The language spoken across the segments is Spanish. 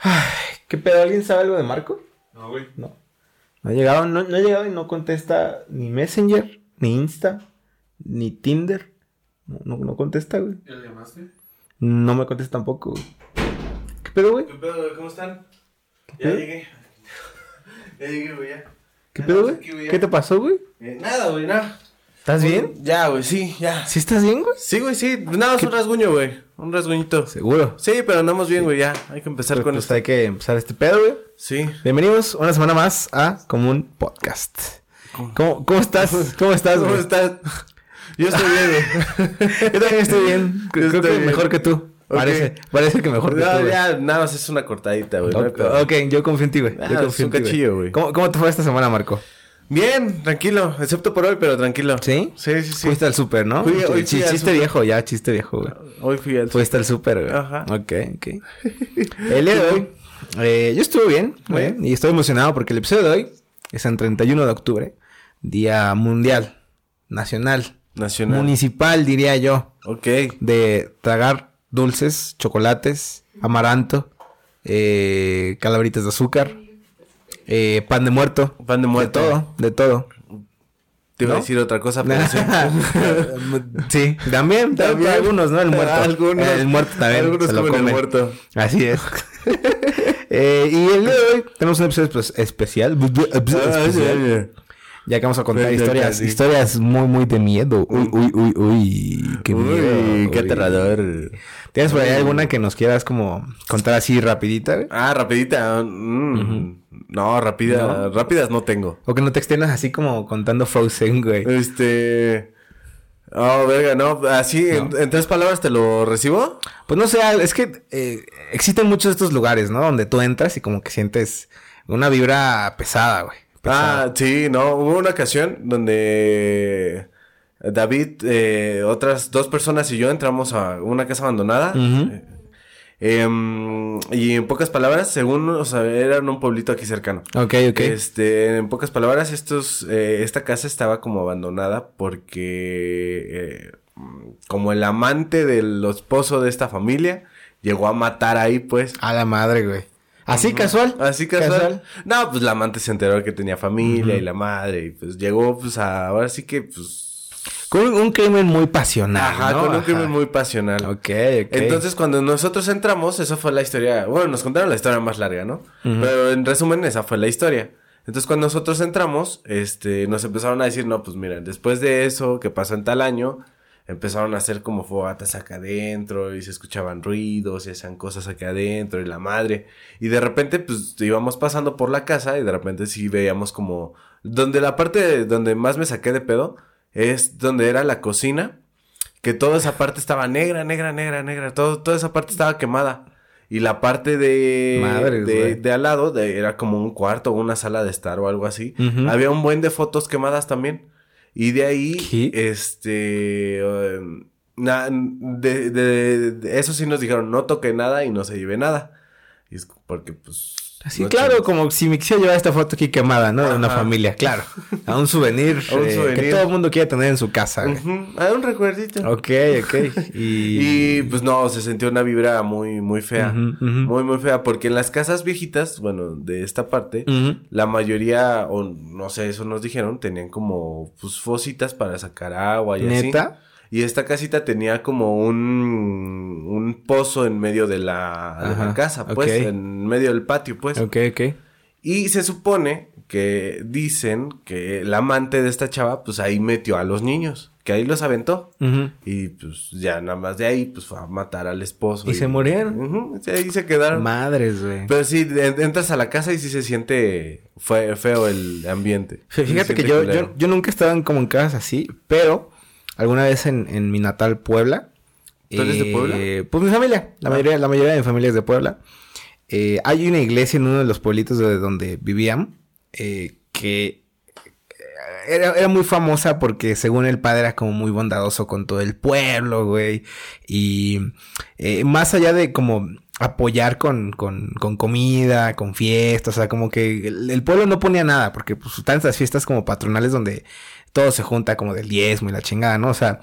Ay, ¿Qué pedo? ¿Alguien sabe algo de Marco? No, güey. No. No ha llegado, no, no ha llegado y no contesta ni Messenger, ni Insta, ni Tinder. No, no, no contesta, güey. ¿Ya le llamaste? No me contesta tampoco, güey. ¿Qué pedo, güey? ¿Qué pedo, güey? ¿Cómo están? ¿Qué? Ya llegué. ya llegué, güey, ya. ¿Qué Ya pedo, estamos güey? aquí, güey, ya. ¿Qué te pasó, güey? Eh, nada, güey, nada. ¿Estás bien? Ya, güey, sí, ya. ¿Sí estás bien, güey? Sí, güey, sí. Nada, es un rasguño, güey. Un rasguñito. Sí, Seguro. pero andamos bien, güey, ya. Hay que empezar con Pues esto. hay que empezar este pedo, güey. Sí. Bienvenidos una semana más a Común Podcast. ¿Cómo, cómo estás? ¿Cómo estás, ¿Cómo güey? estás? Yo estoy bien, güey. Yo también estoy bien. Yo Creo estoy que bien. mejor que tú. Este, Ok. Parece, parece que mejor que No, tú. güey. ya, nada más es una cortadita, güey. no hay Ok, pedo. ok, yo confío en ti, güey. Yo Ah, confío es un en ti, cachillo, güey. ¿Cómo, cómo te fue esta semana, Marco? Bien, tranquilo. Excepto por hoy, pero tranquilo. ¿Sí? Sí, sí, sí. Fuiste al súper, ¿no? Fui- hoy Ch- fui al chiste súper. viejo, ya, chiste viejo, güey. Hoy fui al... Fuiste al súper, güey. Ajá. Ok, ok. El día de hoy, eh, yo estuve bien, güey. Y estoy emocionado porque el episodio de hoy es en 31 de octubre. Día mundial, nacional, Nacional. municipal, diría yo. ok. de tragar dulces, chocolates, amaranto, eh, calabritas de azúcar, eh, pan de muerto. Pan de muerto. De todo, de todo. Te iba a ¿No? decir otra cosa, pero sí. sí, también, también También. para algunos, ¿no? El muerto. Algunos. el muerto también. Algunos se lo comen el come. muerto. Así es. Eh, y el día de hoy tenemos un episodio pues, especial, Ah, Pues, especial. Ya que vamos a contar Ven, ven, historias, ven, sí. historias muy, muy de miedo. Uy, uy, uy, uy. Qué miedo. Uy, qué uy. aterrador. ¿Tienes por ahí alguna que nos quieras como contar así rapidita, güey? Ah, rapidita. mm. No, rápida. ¿No? Rápidas no tengo. O que no te extiendas así como contando Frozen, güey. Este. Oh, verga, no. Así, En, en tres palabras te lo recibo. Pues no sé, Al, es que eh, existen muchos de estos lugares, ¿no? Donde tú entras y como que sientes una vibra pesada, güey. Pesada. Ah, sí, no. Hubo una ocasión donde David, eh, otras dos personas y yo entramos a una casa abandonada. Eh, Ujú. Em, y en pocas palabras, según, o sea, eran un pueblito aquí cercano. ok, ok. Este, en pocas palabras, estos, eh, esta casa estaba como abandonada porque eh, mm, como el amante del esposo de esta familia llegó a matar ahí, pues. A la madre, güey. Así casual. Así casual. No, pues la amante se enteró que tenía familia y la madre. Y pues llegó, pues a- ahora sí que, pues. Con un, un crimen muy pasional. ajá, ¿no? con un Ajá. crimen muy pasional. Ok, ok. Entonces, cuando nosotros entramos, esa fue la historia. Bueno, nos contaron la historia más larga, ¿no? Pero en resumen, esa fue la historia. Entonces, cuando nosotros entramos, este, nos empezaron a decir, no, pues miren, después de eso, que pasó en tal año, empezaron a hacer como fogatas acá adentro y se escuchaban ruidos y hacían cosas acá adentro y la madre. Y de repente, pues íbamos pasando por la casa y de repente sí veíamos como. Donde la parte de- donde más me saqué de pedo es donde era la cocina. Que toda esa parte estaba negra, negra, negra, negra. Todo, toda esa parte estaba quemada. Y la parte de, Madres, güey. de, de al lado de- era como un cuarto o una sala de estar o algo así. Ujú. Había un buen de fotos quemadas también. Y de ahí, ¿Qué? este... eh, na- de, de- de- eso sí nos dijeron, no toque nada y no se lleve nada. Y es porque pues... Así, no claro, chingues. como si me quisiera llevar esta foto aquí quemada, ¿no? De una Ajá. familia, claro. A un souvenir, A un eh, que souvenir. todo el mundo quiere tener en su casa. güey. Ujú, ah, un recuerdito. Ok, ok. Y... Y pues no, se sintió una vibra muy, muy fea. Ujú, ujú. Muy, muy fea. Porque en las casas viejitas, bueno, de esta parte, Ujú. la mayoría, o no sé, eso nos dijeron, tenían como pues fositas para sacar agua y así. ¿Neta? Y esta casita tenía como un, un pozo en medio de la, de la Ajá, casa, pues, ok. en medio del patio, pues. Ok, ok. Y se supone que dicen que el amante de esta chava, pues ahí metió a los niños, que ahí los aventó. Ujú. Y pues ya nada más de ahí, pues fue a matar al esposo. Y se murieron. Ujú, sí, ahí se quedaron. Madres, güey. Pero sí, en- entras a la casa y sí se siente fue, feo el ambiente. Fí- Fíjate Se que siente yo, culero. yo, yo nunca he estado en, como en casas así, pero alguna vez en, en mi natal Puebla. ¿Tú eres de Puebla? Ah. Pues mi familia, la, mayoría, la mayoría de mi familia es de Puebla. Eh, hay una iglesia en uno de los pueblitos de donde vivían eh, que era, era muy famosa porque según el padre era como muy bondadoso con todo el pueblo, güey. Y eh, más allá de como apoyar con, con, con comida, con fiestas, o sea, como que el, el pueblo no ponía nada, porque pues están estas fiestas como patronales donde todo se junta como del diezmo y la chingada, ¿no? O sea,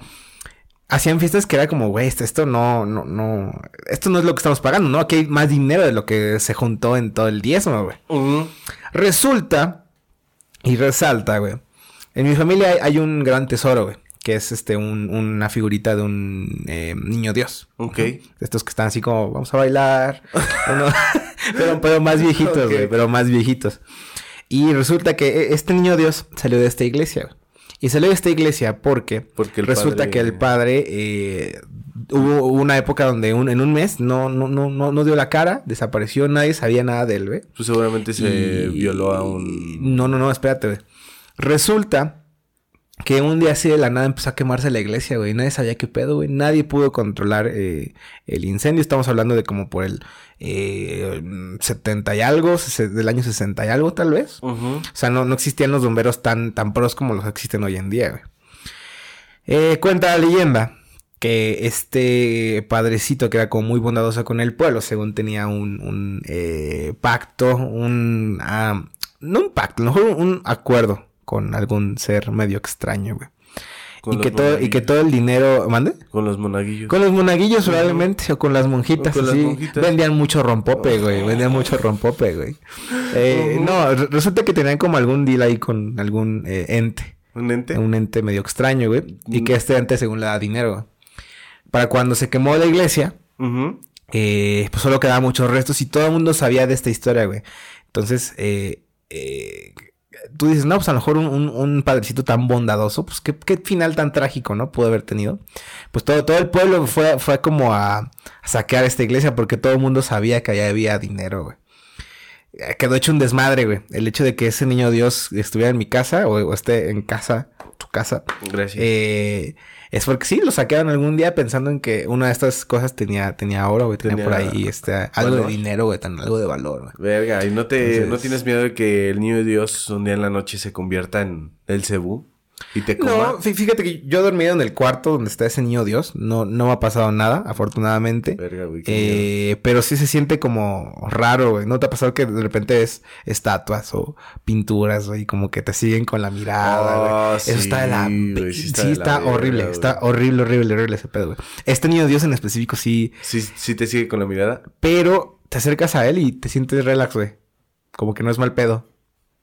hacían fiestas que era como, güey, esto, esto no, no, no, esto no es lo que estamos pagando, ¿no? Aquí hay más dinero de lo que se juntó en todo el diezmo, güey. Ujú. Resulta y resalta, güey. En mi familia hay, hay un gran tesoro, güey, que es este, un- una figurita de un eh, niño dios. Ok. De Estos que están así como, vamos a bailar. Uno- pero, pero más viejitos, Ok. güey, pero más viejitos. Y resulta que eh, este niño Dios salió de esta iglesia. güey. Y salió de esta iglesia porque, Porque el resulta padre- que el padre eh, hubo hubo una época donde un- en un mes no, no, no, no, no dio la cara, desapareció, nadie sabía nada de él, güey. Pues seguramente se Y- violó a un... No, no, no, espérate, güey. Resulta que un día así de la nada empezó a quemarse la iglesia, güey. Nadie sabía qué pedo, güey. Nadie pudo controlar eh, el incendio. Estamos hablando de como por el eh, 70 y algo, se- del año 60 y algo, tal vez. Ujú. O sea, no, no existían los bomberos tan, tan pros como los que existen hoy en día, güey. Eh, cuenta la leyenda que este padrecito que era como muy bondadoso con el pueblo, según tenía un, un, eh, pacto, un... ah, no un pacto, a lo mejor un acuerdo con algún ser medio extraño, güey. Con Y los que, todo, y que monaguillos. todo el dinero... ¿Mande? Con los monaguillos. Con los monaguillos probablemente, o con las monjitas, O con las así. monjitas. Oh. Vendían mucho rompope, güey. Vendían mucho rompope, güey. Eh, Ujú. No, re- resulta que tenían como algún deal ahí con algún eh, ente. ¿Un ente? Un ente medio extraño, güey. Y Mm. que este ente según le da dinero. güey. Para cuando se quemó la iglesia, Ujú. eh, pues solo quedaban muchos restos y todo el mundo sabía de esta historia, güey. Entonces, eh, eh, tú dices, no, pues a lo mejor un, un- un padrecito tan bondadoso, pues ¿qué, qué final tan trágico, ¿no? Pudo haber tenido. Pues todo, todo el pueblo fue, fue como a, a saquear esta iglesia porque todo el mundo sabía que allá había dinero, güey. Eh, Quedó hecho un desmadre, güey. El hecho de que ese niño Dios estuviera en mi casa o, o esté en casa, tu casa, Gracias. eh, es porque sí, lo saquearon algún día pensando en que una de estas cosas tenía, tenía oro, güey. Tenía, Tenía por ahí este, algo de valor. dinero, güey. tan- Algo de valor, güey. Verga, ¿y no, te, Entonces- no tienes miedo de que el niño de Dios un día en la noche se convierta en el cebú y te coma? No, fí- fíjate que yo he dormido en el cuarto donde está ese niño Dios. No, no me ha pasado nada, afortunadamente. Verga, güey. qué miedo. Eh, pero sí se siente como raro, güey. ¿No te ha pasado que de repente ves estatuas o pinturas, güey? Como que te siguen con la mirada, güey. Ah, Eso está de la... sí, pe- güey, Oh, sí sí está, está de la verga, horrible. güey. Está horrible, horrible, horrible ese pedo, güey. Este niño Dios en específico sí... ¿Sí, sí te sigue con la mirada? Pero te acercas a él y te sientes relax, güey. Como que no es mal pedo.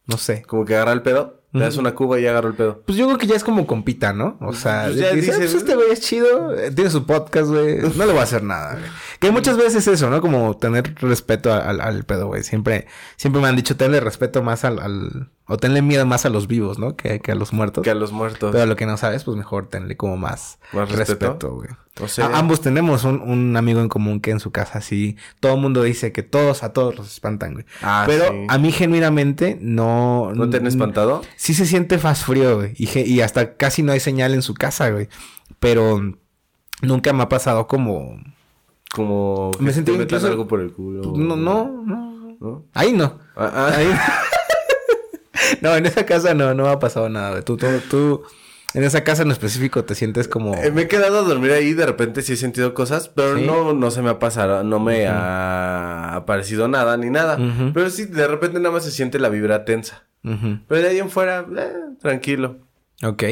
No sé. Como que agarra el pedo. Le das una cuba y agarra el pedo. Pues yo creo que ya es como compita, ¿no? O sea, Pues ya dice, "Ah, dices, pues este güey es chido, eh, tiene su podcast, güey. No le voy a hacer nada, güey. Que muchas veces eso, ¿no? Como tener respeto al, al- al pedo, güey. Siempre, siempre me han dicho, tenle respeto más al, al- O tenle miedo más a los vivos, ¿no? Que, que a los muertos. Que a los muertos. Pero a lo que no sabes, pues mejor tenle como más, ¿Más respeto? respeto, güey. O sea, A- ambos tenemos un, un amigo en común que en su casa sí, todo el mundo dice que todos a todos los espantan, güey. Ah, Pero sí. a mí genuinamente no... ¿no te han espantado? Sí se siente más frío, güey. Y, ge- y hasta casi no hay señal en su casa, güey. Pero nunca me ha pasado como... Como que Me sentí te metan incluso- pues, algo por el culo. No, no, no. ¿No? Ahí no. Ah, ah, Ahí- no, en esa casa no, no me ha pasado nada, güey. Tú, tú, tú... En esa casa en específico te sientes como... eh, me he quedado a dormir ahí, de repente sí he sentido cosas, pero Sí. no, no se me ha pasado, no me ha aparecido nada ni nada. Ujú. Pero sí, de repente nada más se siente la vibra tensa. Ujú. Pero de ahí en fuera, eh, tranquilo. Ok.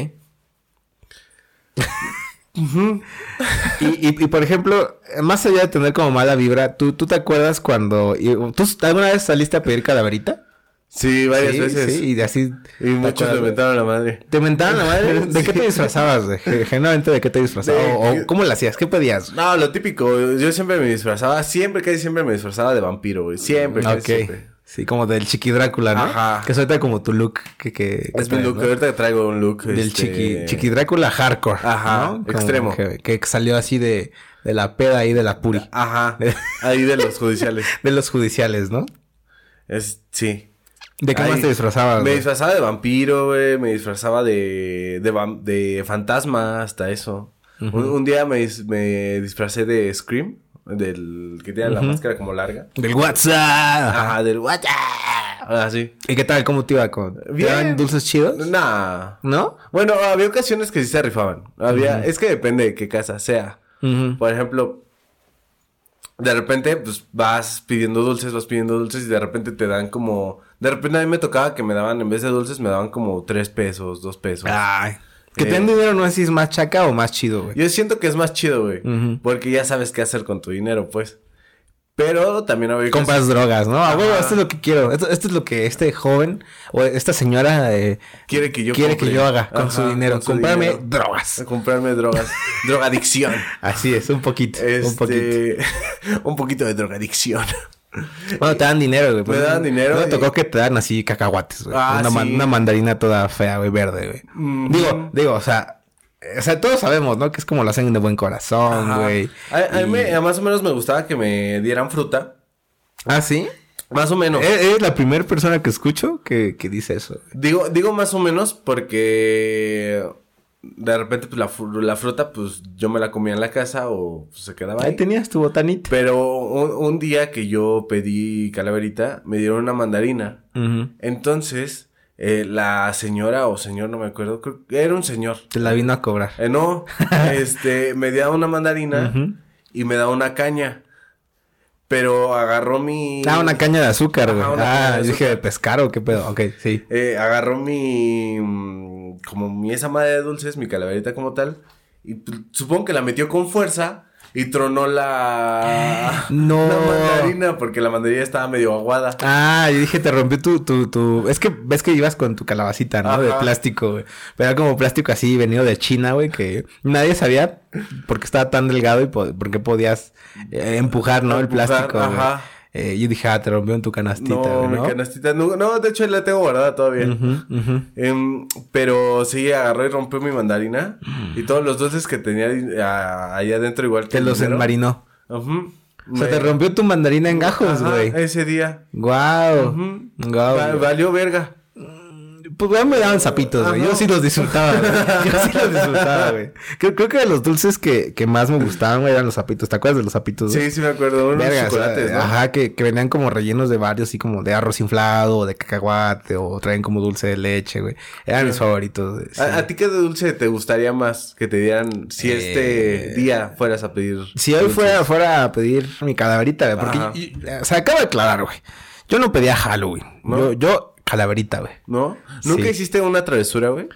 y, y- y, por ejemplo, más allá de tener como mala vibra, ¿tú, tú te acuerdas cuando... y- ¿Tú alguna vez saliste a pedir calaverita? Sí, varias Sí, veces. sí, y de así... Y muchos acuerdas? me metaron la madre. ¿Te mentaron la madre? ¿De qué te disfrazabas? güey? Ge- Generalmente, ¿de qué te disfrazabas? De- ¿O, o cómo la hacías? ¿Qué pedías? No, lo típico. Yo siempre me disfrazaba, siempre, casi siempre me disfrazaba de vampiro, güey. Siempre, casi ok. siempre. Sí, como del chiqui Drácula, ¿no? Ajá. Que suelta como tu look que... que Es mi que traes, look, ¿no? ahorita traigo un look. Del este, chiqui, chiqui Drácula hardcore. Ajá, ¿no? Como extremo. Que, que salió así de, de la peda ahí de la puri. Ajá. Ahí de los judiciales. De los judiciales, ¿no? Es, sí. ¿De qué Ahí. más te disfrazabas? Me Ah, güey? disfrazaba de vampiro, güey. Me disfrazaba de, de, vam- de fantasma, hasta eso. un, un día me, dis- me disfracé de Scream, del que tiene la máscara como larga. Del WhatsApp. Ajá, del what? Así. ¿Y qué tal? ¿Cómo te iba con? ¿Te Bien. daban dulces chidos? Nah. ¿No? Bueno, había ocasiones que sí se rifaban. Había, es que depende de qué casa sea. Ujú. Por ejemplo, de repente, pues vas pidiendo dulces, vas pidiendo dulces y de repente te dan Ah. como. De repente a mí me tocaba que me daban, en vez de dulces, me daban como tres pesos, dos pesos. Ay. Pues, Que te den dinero no es si es más chaca o más chido, güey. eh, Yo siento que es más chido, güey. Ujú. Porque ya sabes qué hacer con tu dinero, pues. Pero también había Compras drogas, ¿no? Ah, Ajá. huevo, esto es lo que quiero. Esto, esto es lo que este joven o esta señora eh, Quiere que yo quiere que compre. yo haga con Ajá, su dinero. con su Comprarme dinero. drogas. Comprarme drogas. drogadicción. Así es, un poquito. Un poquito. Este, un poquito de drogadicción. Bueno, te dan dinero, güey. pues, dan dinero No me y- tocó que te dan así cacahuates, güey. Ah, una, man- sí. una mandarina toda fea, güey, verde, güey. Ujú. Digo, digo, o sea... O sea, todos sabemos, ¿no? Que es como lo hacen de buen corazón, Ajá. güey. A, a Y- mí me- más o menos me gustaba que me dieran fruta. ¿Ah, sí? Más o menos. E- Eres la primera persona que escucho que, que dice eso. Digo, digo más o menos porque de repente pues, la, fru- la fruta pues yo me la comía en la casa o pues, se quedaba Ahí ahí. tenías tu botanita. Pero un, un día que yo pedí calaverita, me dieron una mandarina. Ujú. Entonces, eh, la señora o señor, no me acuerdo, creo que era un señor. Te la vino a cobrar. Eh, no, este, me dio una mandarina Ujú. y me da una caña. Pero agarró mi... Ah, una caña de azúcar, güey. Ajá, una caña Ah, de yo dije azúcar. de pescar o qué pedo. Ok, sí. Eh, agarró mi. mm, Como mi esa madre de dulces, mi calaverita como tal. Y p- supongo que la metió con fuerza y tronó la. No. La mandarina, porque la mandarina estaba medio aguada. Ah, yo dije, te rompió tu, tu, tu... Es que ves que ibas con tu calabacita, ¿no? De Ajá. plástico, güey. Pero era como plástico así, venido de China, güey, que nadie sabía por qué estaba tan delgado y po- por qué podías eh, empujar, ¿no? El Empujar, plástico, güey. ajá. Eh, yo dije, ah, te rompió en tu canastita, no, güey, mi ¿no? canastita. No, no, de hecho la tengo guardada todavía. Ujú, ujú. Em, pero sí, agarró y rompió mi mandarina. Y todos los dulces que tenía ahí- a- ahí adentro, igual que. Te el los dinero. enmarinó. Ujú. O sea, Me- te rompió tu mandarina en gajos, Ajá, güey. Ese día. Guau. Ujú. Guau, Va- güey. valió verga. Pues ya me daban zapitos, güey. Ajá. Yo sí los disfrutaba, güey. Yo sí los disfrutaba, güey. Creo, creo que de los dulces que, que más me gustaban, güey, eran los zapitos. ¿Te acuerdas de los zapitos? güey? Sí, sí me acuerdo. Unos Verga, o sea, chocolates, ¿no? Ajá, que, que venían como rellenos de varios, así como de arroz inflado, o de cacahuate, o traen como dulce de leche, güey. Eran mis favoritos. güey, sí. ¿A, a ti qué dulce te gustaría más que te dieran si Eh, este día fueras a pedir? Si hoy dulces? fuera, fuera a pedir mi calaverita, güey, Ajá. porque y- y- se acaba de aclarar, güey. Yo no pedía Halloween. ¿No? Yo, yo calaverita, güey. ¿No? ¿Nunca Sí. hiciste una travesura, güey?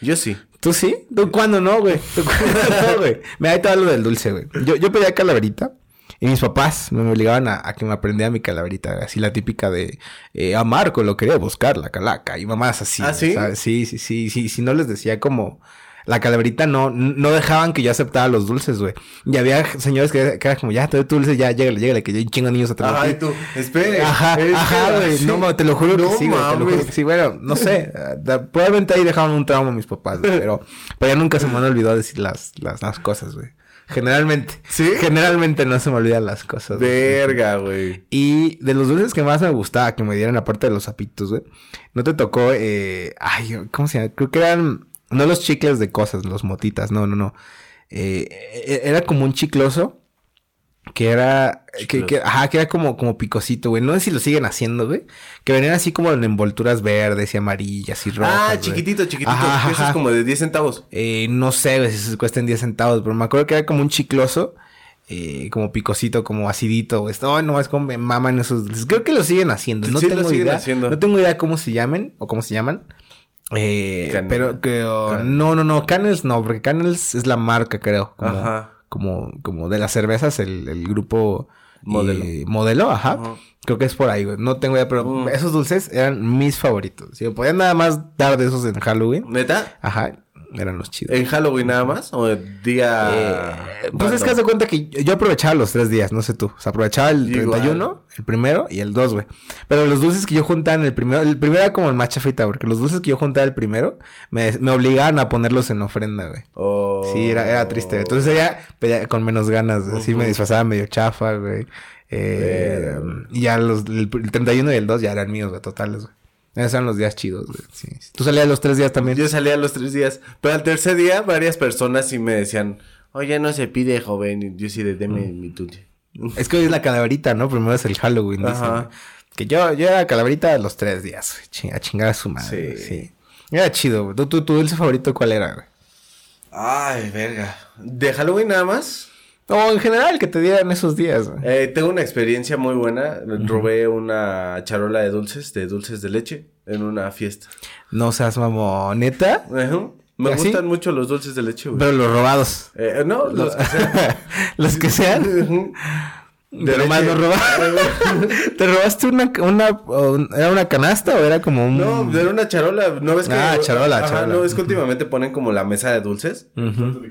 Yo sí. ¿Tú sí? ¿Tú cuándo no, güey? ¿Tú cuándo no, güey? Mira, ahí te hablo del dulce, güey. Yo, yo pedía calaverita y mis papás me obligaban a, a que me aprendiera mi calaverita. güey. Así la típica de, eh, a Marco lo quería buscar, la calaca. Y mamás así. ¿Ah, güey, sí? ¿sabes? Sí, sí, sí, sí. Si no les decía como... La calaverita no, no dejaban que yo aceptara los dulces, güey. Y había señores que, que eran como, ya, te doy tu dulce, ya, llégale, llégale, que yo un chingo de niños atrás. de Ajá, ti". y tú, espere. Ajá, espera, ajá, güey. sí. No, ma- te lo juro No que sí, güey. Te lo juro mames. que sí. Bueno, no sé. eh, da- Probablemente ahí dejaron un trauma mis papás, güey, pero, pero ya nunca se me han olvidado decir las, las, las cosas, güey. Generalmente. ¿Sí? Generalmente no se me olvidan las cosas. güey. Verga, güey. Y de los dulces que más me gustaba que me dieran, aparte de los zapitos, güey. No te tocó, eh, ay, ¿cómo se llama? Creo que eran, no los chicles de cosas, los motitas, no, no, no. Eh, e- era como un chicloso que era, que, que- ajá, que era como, como picosito, güey. No sé si lo siguen haciendo, güey. Que venían así como en envolturas verdes y amarillas y rojas. ah, güey. chiquitito, chiquitito. Ajá, que Eso ajá. es como de 10 centavos. Eh, no sé güey, si se cuesten 10 centavos, pero me acuerdo que era como un chicloso, eh, como picosito, como acidito. güey. No, no, es como me maman esos dulces. Creo que lo siguen haciendo. No Sí, lo tengo siguen idea. haciendo. No tengo idea cómo se llamen o cómo se llaman. Eh, Canela. pero que oh, Canela. no, no, no, Canels no, porque Canels es la marca, creo. Como, Ajá. como, como de las cervezas, el, el grupo Modelo. eh, modelo, ajá. Ajá. Creo que es por ahí, güey. No tengo idea, pero Mm. esos dulces eran mis favoritos. Si me podían nada más dar de esos en Halloween, ¿Neta? Ajá, eran los chidos. ¿En Halloween nada más? ¿O el día...? Eh, pues es que haz random? de cuenta que yo- yo aprovechaba los tres días, no sé tú. O sea, aprovechaba el Igual. 31, el primero y el 2, güey. Pero los dulces que yo juntaba en el primero, el primero era como el más chafita, porque los dulces que yo juntaba el primero me, me obligaban a ponerlos en ofrenda, güey. O- Sí, era, era triste. güey. Entonces ya pedía con menos ganas, güey. así me Ujú. disfrazaba medio chafa, güey. Eh, y ya los, el, el 31 y el 2 ya eran míos, güey, totales, güey. Esos eran los días chidos, güey. Sí. ¿Tú salías los tres días también? Yo salía los tres días. Pero al tercer día, varias personas sí me decían, oye, no se pide, joven. Y yo sí, de deme mi tuche. Es que hoy es la calaverita, ¿no? Primero es el Halloween, dicen, Ajá. güey. Que yo, yo era calaverita los tres días, güey. Ching- a chingar a su madre. Sí. Sí. Era chido, güey. ¿Tú- tú- ¿Tu dulce favorito cuál era, güey? Ay, verga. De Halloween nada más. O en general, que te dieran esos días, güey. eh, tengo una experiencia muy buena. Robé una charola de dulces, de dulces de leche, en una fiesta. No seas mamón, ¿neta? Ujú. Me ¿Y así? gustan mucho los dulces de leche, güey. Pero los robados. Eh, no, los que sean. los que sean. Ujú. De más leche. los robados. ¿Te robaste una, una, o un- era una canasta o era como un... No, era una charola, ¿no ves que? Ah, charola, Ajá, charola. No, es que últimamente ponen como la mesa de dulces. Ujú.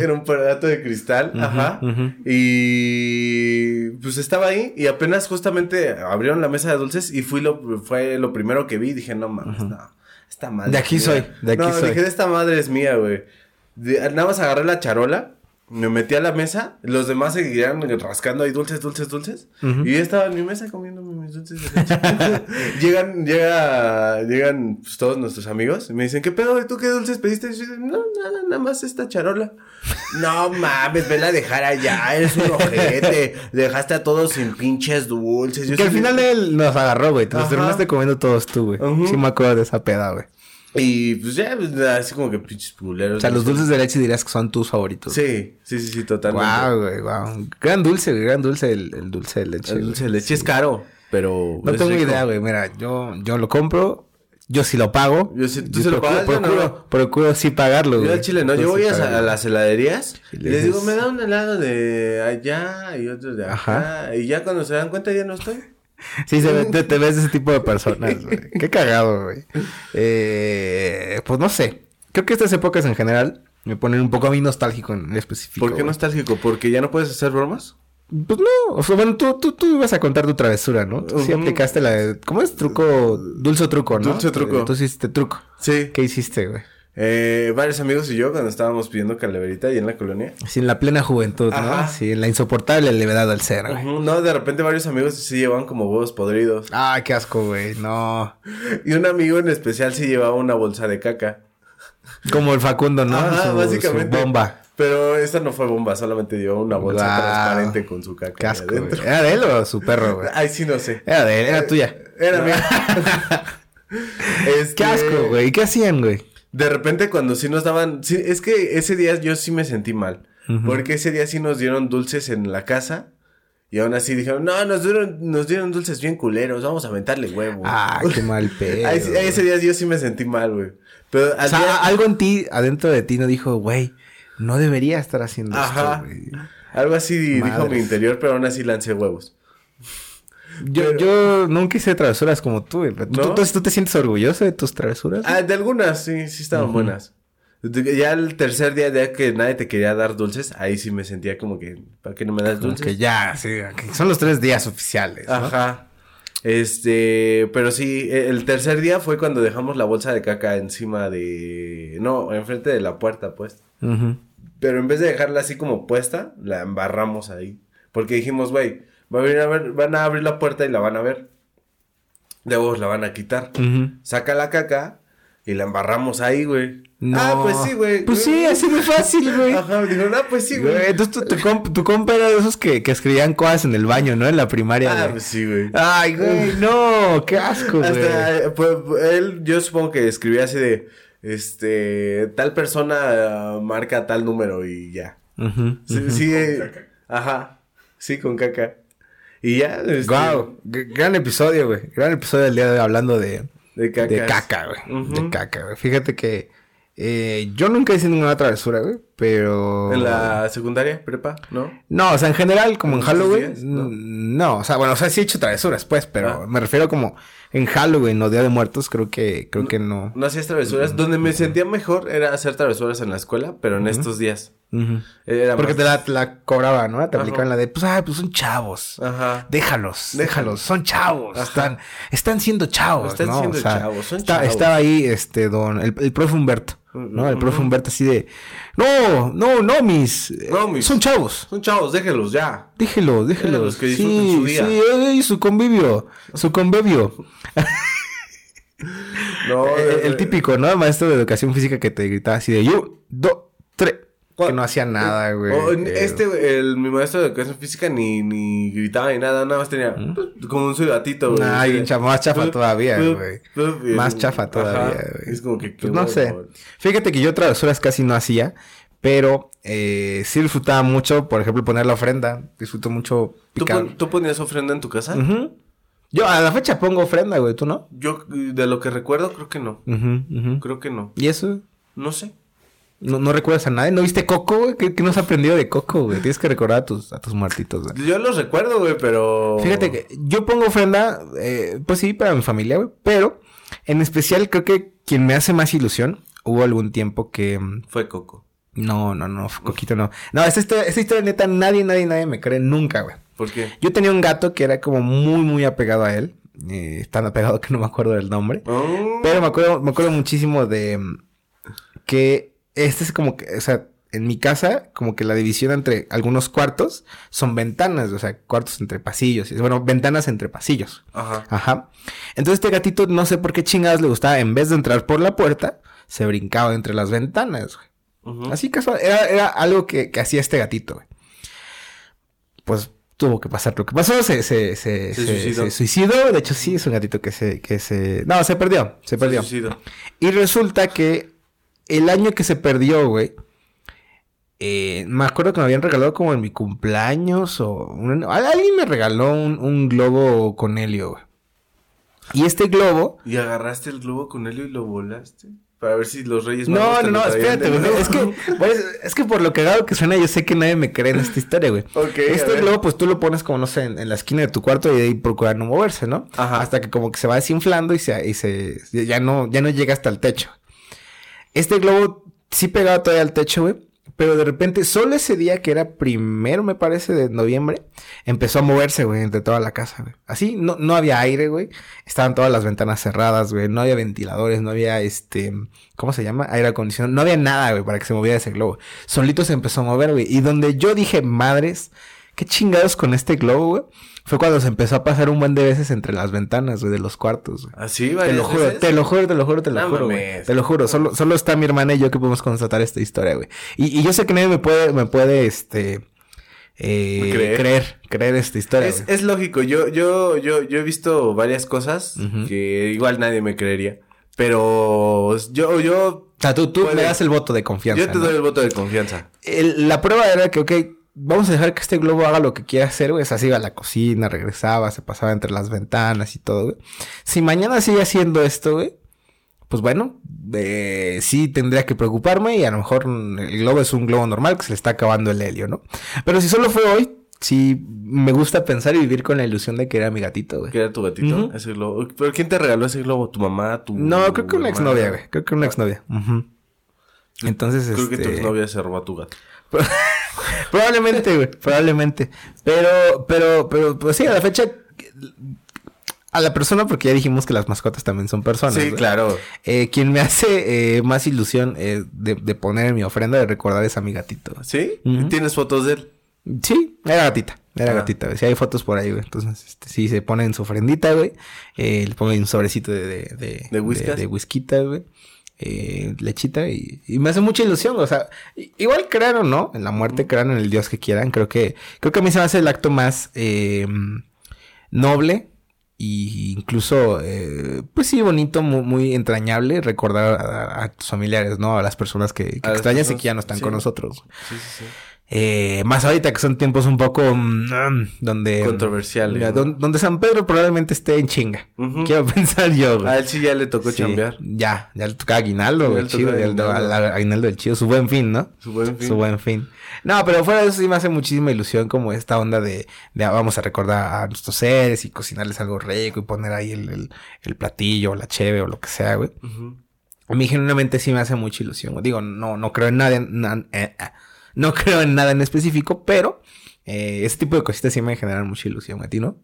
Era un aparato de cristal, ajá. ujú. Y pues estaba ahí y apenas justamente abrieron la mesa de dulces y fui lo, fue lo primero que vi y dije, no mames, no, esta madre. De aquí es soy, mía". de aquí no, soy. dije, esta madre es mía, güey. De- Nada más agarré la charola, me metí a la mesa, los demás seguían rascando ahí dulces, dulces, dulces. Y yo estaba en mi mesa comiéndome mis dulces de leche. llegan, llega, llegan pues, todos nuestros amigos y me dicen, ¿qué pedo? ¿Y tú qué dulces pediste? Y yo, no, nada, nada más esta charola. no mames, vela a dejar allá, eres un ojete. Dejaste a todos sin pinches dulces. Yo Que al sí- final él nos agarró, güey. Te los Ajá. terminaste comiendo todos tú, güey. Ujú. Sí me acuerdo de esa peda, güey. Y pues ya, pues, así como que pinches culeros. O sea, los dulces de leche dirías que son tus favoritos. Sí, sí, sí, sí, totalmente. Wow, güey, wow. Gran dulce, güey, gran dulce el, el dulce de leche. El güey. dulce de leche es caro, pero. No es tengo rico. idea, güey. Mira, yo, yo lo compro. Yo sí lo pago. Yo sí- ¿tú sí lo pagas? Yo Procuro, no. procuro, procuro sí pagarlo, güey. Yo al chile no, yo Procuro voy sí a, sa- a pagarlo. las heladerías Y y le les digo, dices- me da un helado de allá y otro de acá. Y ya cuando se dan cuenta ya no estoy. Sí, se ve- te, te ves ese tipo de personas, güey. Qué cagado, güey. Eh, pues no sé. Creo que estas épocas en general me ponen un poco a mí nostálgico en específico. ¿Por qué güey. nostálgico? ¿Porque ya no puedes hacer bromas? Pues no, o sea, bueno, tú, tú, tú ibas a contar tu travesura, ¿no? Tú sí Ujú. aplicaste la de... ¿Cómo es? Truco... Dulce o truco, ¿no? Dulce o truco. Eh, Tú hiciste truco. Sí. ¿Qué hiciste, güey? Eh, varios amigos y yo cuando estábamos pidiendo calaverita ahí en la colonia. Sin la plena juventud, ¿no? Ajá. Sí, en la insoportable levedad al ser, güey. Ujú, No, de repente varios amigos sí llevaban como huevos podridos. Ah, qué asco, güey. No. Y un amigo en especial sí llevaba una bolsa de caca. Como el Facundo, ¿no? Ajá, Su- básicamente. su bomba. Pero esta no fue bomba, solamente llevaba una bolsa Guau. transparente con su caca. Qué asco, ahí güey. adentro. ¿Era de él o su perro, güey? Ay, sí, no sé. Era de él, era tuya. Era mía. Este, Qué asco, güey. ¿Y qué hacían, güey? De repente cuando sí nos daban, sí, es que ese día yo sí me sentí mal, porque ese día sí nos dieron dulces en la casa y aún así dijeron, no, nos dieron, nos dieron dulces bien culeros, vamos a aventarle huevo. Ah, qué mal pedo. Ahí sí- ahí ese día yo sí me sentí mal, güey. Pero al O sea, día- algo en ti, adentro de ti, no dijo, güey, no debería estar haciendo Ajá. esto, güey. algo así dijo Madres. mi interior, pero aún así lancé huevos. Yo, yo nunca hice travesuras como tú, güey. ¿Tú, ¿No? tú- tú te sientes orgulloso de tus travesuras? Ah, de algunas sí, sí estaban buenas. De- Ya el tercer día de que nadie te quería dar dulces, ahí sí me sentía como que, ¿para qué no me das Como dulces? que ya, sí, que son los tres días oficiales. ¿no? Ajá. Este, pero sí, e- el tercer día fue cuando dejamos la bolsa de caca encima de, no, enfrente de la puerta, pues. Ujú. Pero en vez de dejarla así como puesta, la embarramos ahí, porque dijimos, güey, va a venir a ver- van a abrir la puerta y la van a ver. Luego la van a quitar. Ujú. Saca la caca y la embarramos ahí, güey. No. Ah, pues sí, güey. Pues sí, así de fácil, güey. Ajá, dijo, ah, pues sí, Güey, güey. Entonces tu, tu comp- tu compa era de esos que, que escribían cosas en el baño, ¿no? En la primaria. Ah, güey. pues sí, güey. Ay, güey, no, qué asco, güey. Hasta, eh, pues, él, yo supongo que escribía así de, este, tal persona eh, marca tal número y ya. Ujú. Sí, sí, eh, ajá, sí, con caca. Y ya, este, Guau, g- gran episodio, güey. Gran episodio del día de hoy hablando de, de caca. de caca, güey. Ujú. De caca, güey. Fíjate que eh, yo nunca hice ninguna travesura, güey, pero... En la secundaria, prepa, ¿no? No, o sea, en general, como en ¿En Halloween, esos días? no. No. o sea, bueno, o sea, sí he hecho travesuras, pues, pero Ah. me refiero como en Halloween o Día de Muertos, creo que, creo que no. No hacías travesuras. Donde me sentía mejor era hacer travesuras en la escuela, pero en estos días. Ujú. Era Porque más- te la, te la cobraba, ¿no? Te Ajá. aplicaban la de, pues, ay, pues son chavos. Ajá. Déjalos, déjalos, Déjalos. son chavos, Ajá. están, están siendo chavos, Están ¿no? siendo chavos, son está- chavos. Estaba ahí, este, don, el, el profe Humberto, ¿no? El profe Humberto así de, no, no, no, mis, eh, No, mis. son chavos, Son chavos, déjenlos ya. déjelos, déjelos, los que disfruten sí, su día. sí, ey, su convivio, su convivio, No, Eh, el eh, típico, ¿no? El maestro de educación física que te gritaba así de, yo, do, tre, que ¿Cuál? no hacía nada, güey. O- Eh, este, güey, el, mi maestro de educación física ni, ni gritaba ni nada, nada más tenía pues, como un silbatito, güey. este. Nah, así bien de, pues, cha- más ¿Mm? chafa "Pup, todavía, pup, güey. pup", y- Más chafa pues, ajá, todavía, güey. Es como que. Pues no sé. Fíjate que yo travesuras casi no hacía, pero eh, sí disfrutaba mucho, por ejemplo, poner la ofrenda. Disfruto mucho ¿Tú, picar. pon- tú ponías ofrenda en tu casa? Ujú. Yo a la fecha pongo ofrenda, güey, ¿tú no? Yo, eh, de lo que recuerdo, creo que no. Ujú, ujú. Creo que no. ¿Y eso? No sé. No, no recuerdas a nadie. ¿No viste Coco, güey? ¿Qué, qué no has aprendido de Coco, güey? Tienes que recordar a tus, a tus muertitos, güey. Yo los recuerdo, güey, pero. Fíjate que yo pongo ofrenda, eh, pues sí, para mi familia, güey. Pero en especial creo que quien me hace más ilusión, hubo algún tiempo que... mm, Fue Coco. No, no, no, Coquito no. No, esta historia, esta historia neta, nadie, nadie, nadie me cree nunca, güey. ¿Por qué? Yo tenía un gato que era como muy, muy apegado a él. eh, tan apegado que no me acuerdo del nombre. Oh. Pero me acuerdo, me acuerdo muchísimo de mm, que este es como que, o sea, en mi casa, como que la división entre algunos cuartos son ventanas, o sea, cuartos entre pasillos. y- Bueno, ventanas entre pasillos. Ajá. Ajá. Entonces este gatito, no sé por qué chingadas le gustaba, en vez de entrar por la puerta, se brincaba entre las ventanas, güey. Ujú. Así casual, era, era algo que, que hacía este gatito, güey. Pues tuvo que pasar lo que pasó, se, se, se, Se se- suicidó. se suicidó. De hecho, sí, es un gatito que se, que se... No, se perdió, se perdió. Suicidio. Y resulta que el año que se perdió, güey, eh, me acuerdo que me habían regalado como en mi cumpleaños o... un- al- alguien me regaló un, un globo con helio, güey. Y este globo... ¿Y agarraste el globo con helio y lo volaste? Para ver si los reyes... magos No, te no, lo no, traían de espérate, güey. nuevo. Es que, pues, es que por lo cagado que suena, yo sé que nadie me cree en esta historia, güey. Ok, a Este ver. globo, pues tú lo pones como, no sé, en, en la esquina de tu cuarto y ahí procurar no moverse, ¿no? Ajá. Hasta que como que se va desinflando y se, y se ya no, ya no llega hasta el techo. Este globo sí pegaba todavía al techo, güey. Pero de repente, solo ese día que era primero, me parece, de noviembre, empezó a moverse, güey, entre toda la casa, güey. Así, no, no había aire, güey. Estaban todas las ventanas cerradas, güey. No había ventiladores, no había, este, ¿cómo se llama? Aire acondicionado. No había nada, güey, para que se moviera ese globo. Solito se empezó a mover, güey. Y donde yo dije, madres, qué chingados con este globo, güey. Fue cuando se empezó a pasar un buen de veces entre las ventanas, güey, de los cuartos, güey. Así, Te varias lo juro, veces. te lo juro, te lo juro, te lo No juro, güey. mames. Te lo juro. Solo, solo está mi hermana y yo que podemos constatar esta historia, güey. Y, y yo sé que nadie me puede, me puede, este, eh, Creer. creer. creer, esta historia, Es, güey. es lógico, yo, yo, yo, yo he visto varias cosas Ujú. que igual nadie me creería. Pero yo, yo, O sea, tú, tú puede- me das el voto de confianza. yo te ¿no? doy el voto de confianza. El- la prueba era que, ok, vamos a dejar que este globo haga lo que quiera hacer, güey. O sea, se iba a la cocina, regresaba, se pasaba entre las ventanas y todo, güey. Si mañana sigue haciendo esto, güey, pues bueno, eh, sí tendría que preocuparme y a lo mejor mm, el globo es un globo normal que se le está acabando el helio, ¿no? Pero si solo fue hoy, sí me gusta pensar y vivir con la ilusión de que era mi gatito, güey. Que era tu gatito, Ujú. ese globo. ¿Pero quién te regaló ese globo? ¿Tu mamá? ¿Tu No, creo que una hermana? exnovia, güey. Creo que una exnovia. Ujú. Entonces, Creo que tu este... exnovia se robó a tu gato. Probablemente, güey, probablemente. Pero, pero, pero, pues sí, a la fecha, a la persona, porque ya dijimos que las mascotas también son personas. sí, güey. claro. Eh, quien me hace eh, más ilusión eh, de, de poner en mi ofrenda, de recordar es a mi gatito. ¿Sí? Ujú. ¿Tienes fotos de él? Sí, era gatita, era Ah. gatita, güey. Sí, hay fotos por ahí, güey. Entonces, este, sí, se pone en su ofrendita, güey. Eh, le pongo ahí un sobrecito de... De, de, ¿De whiskas? de whisquita, güey. Eh, lechita y, y me hace mucha ilusión, o sea, i- igual crean o no, en la muerte crean en el Dios que quieran, creo que, creo que a mí se me hace el acto más eh, noble e incluso, eh, pues sí, bonito, muy, muy entrañable recordar a, a tus familiares, ¿no? A las personas que, que A las extrañas y personas, que ya no están sí. con nosotros. Sí, sí, sí. Eh, más ahorita que son tiempos un poco mm, donde Controversiales, Ya, ¿no? don- donde San Pedro probablemente esté en chinga. Ujú. Quiero pensar yo. güey. A él sí Ah, ya le tocó Sí, chambear. Ya, ya le toca aguinaldo, Ya güey, le chido, tocaba ya le tocaba aguinaldo. al- al- aguinaldo del chido, su buen fin, ¿no? Su buen fin. Su buen fin. No, pero fuera de eso sí me hace muchísima ilusión como esta onda de, de, ah, vamos a recordar a nuestros seres y cocinarles algo rico y poner ahí el, el- el platillo o la cheve o lo que sea, güey. Ujú. A mí genuinamente sí me hace mucha ilusión. güey. Digo, no, no creo en nada, en- na- eh, eh. no creo en nada en específico, pero eh, ese tipo de cositas sí me generan mucha ilusión. ¿A ti no?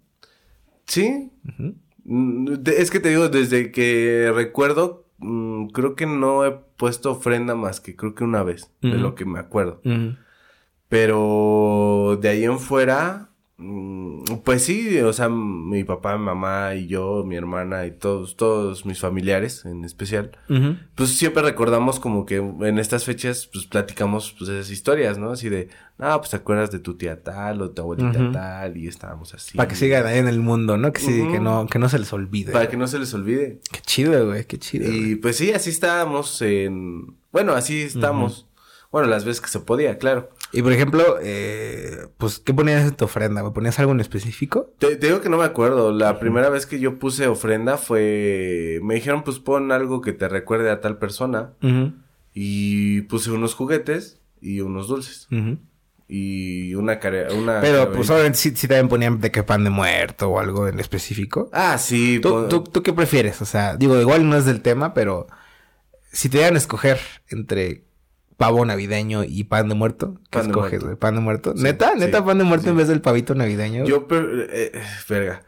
Sí, Ujú. Mm, de- Es que te digo, desde que recuerdo, mm, creo que no he puesto ofrenda más que creo que una vez, de Ujú. lo que me acuerdo. Ujú. Pero de ahí en fuera, mm, pues sí, o sea, mi papá, mi mamá y yo, mi hermana y todos, todos mis familiares en especial, Ujú. pues siempre recordamos como que en estas fechas, pues platicamos pues esas historias, ¿no? Así de, ah, pues te acuerdas de tu tía tal o tu abuelita Ujú. tal y estábamos así. Para que sigan ahí en el mundo, ¿no? Que sí, Ujú. que no, que no se les olvide. Para que no se les olvide. Qué chido, güey, qué chido. güey. Y pues sí, así estábamos en... Bueno, así estamos. Bueno, las veces que se podía, claro. Y, por ejemplo, eh, pues, ¿qué ponías en tu ofrenda? güey? ¿Ponías algo en específico? Te, te digo que no me acuerdo. La primera vez que yo puse ofrenda fue... Me dijeron, pues pon algo que te recuerde a tal persona. Y puse unos juguetes y unos dulces. Ujú. Y una cara. Una Pero, calaverita. pues, obviamente, sí, sí también ponían de que pan de muerto o algo en específico. Ah, sí. ¿Tú, pon- tú, tú qué prefieres? O sea, digo, igual no es del tema, pero si te dieran a escoger entre pavo navideño y pan de muerto, ¿qué Pan de escoges, muerto. güey? ¿Pan de muerto? Sí, ¿Neta? ¿Neta sí, pan de muerto en sí. vez del pavito navideño? Yo. per- eh, eh, verga.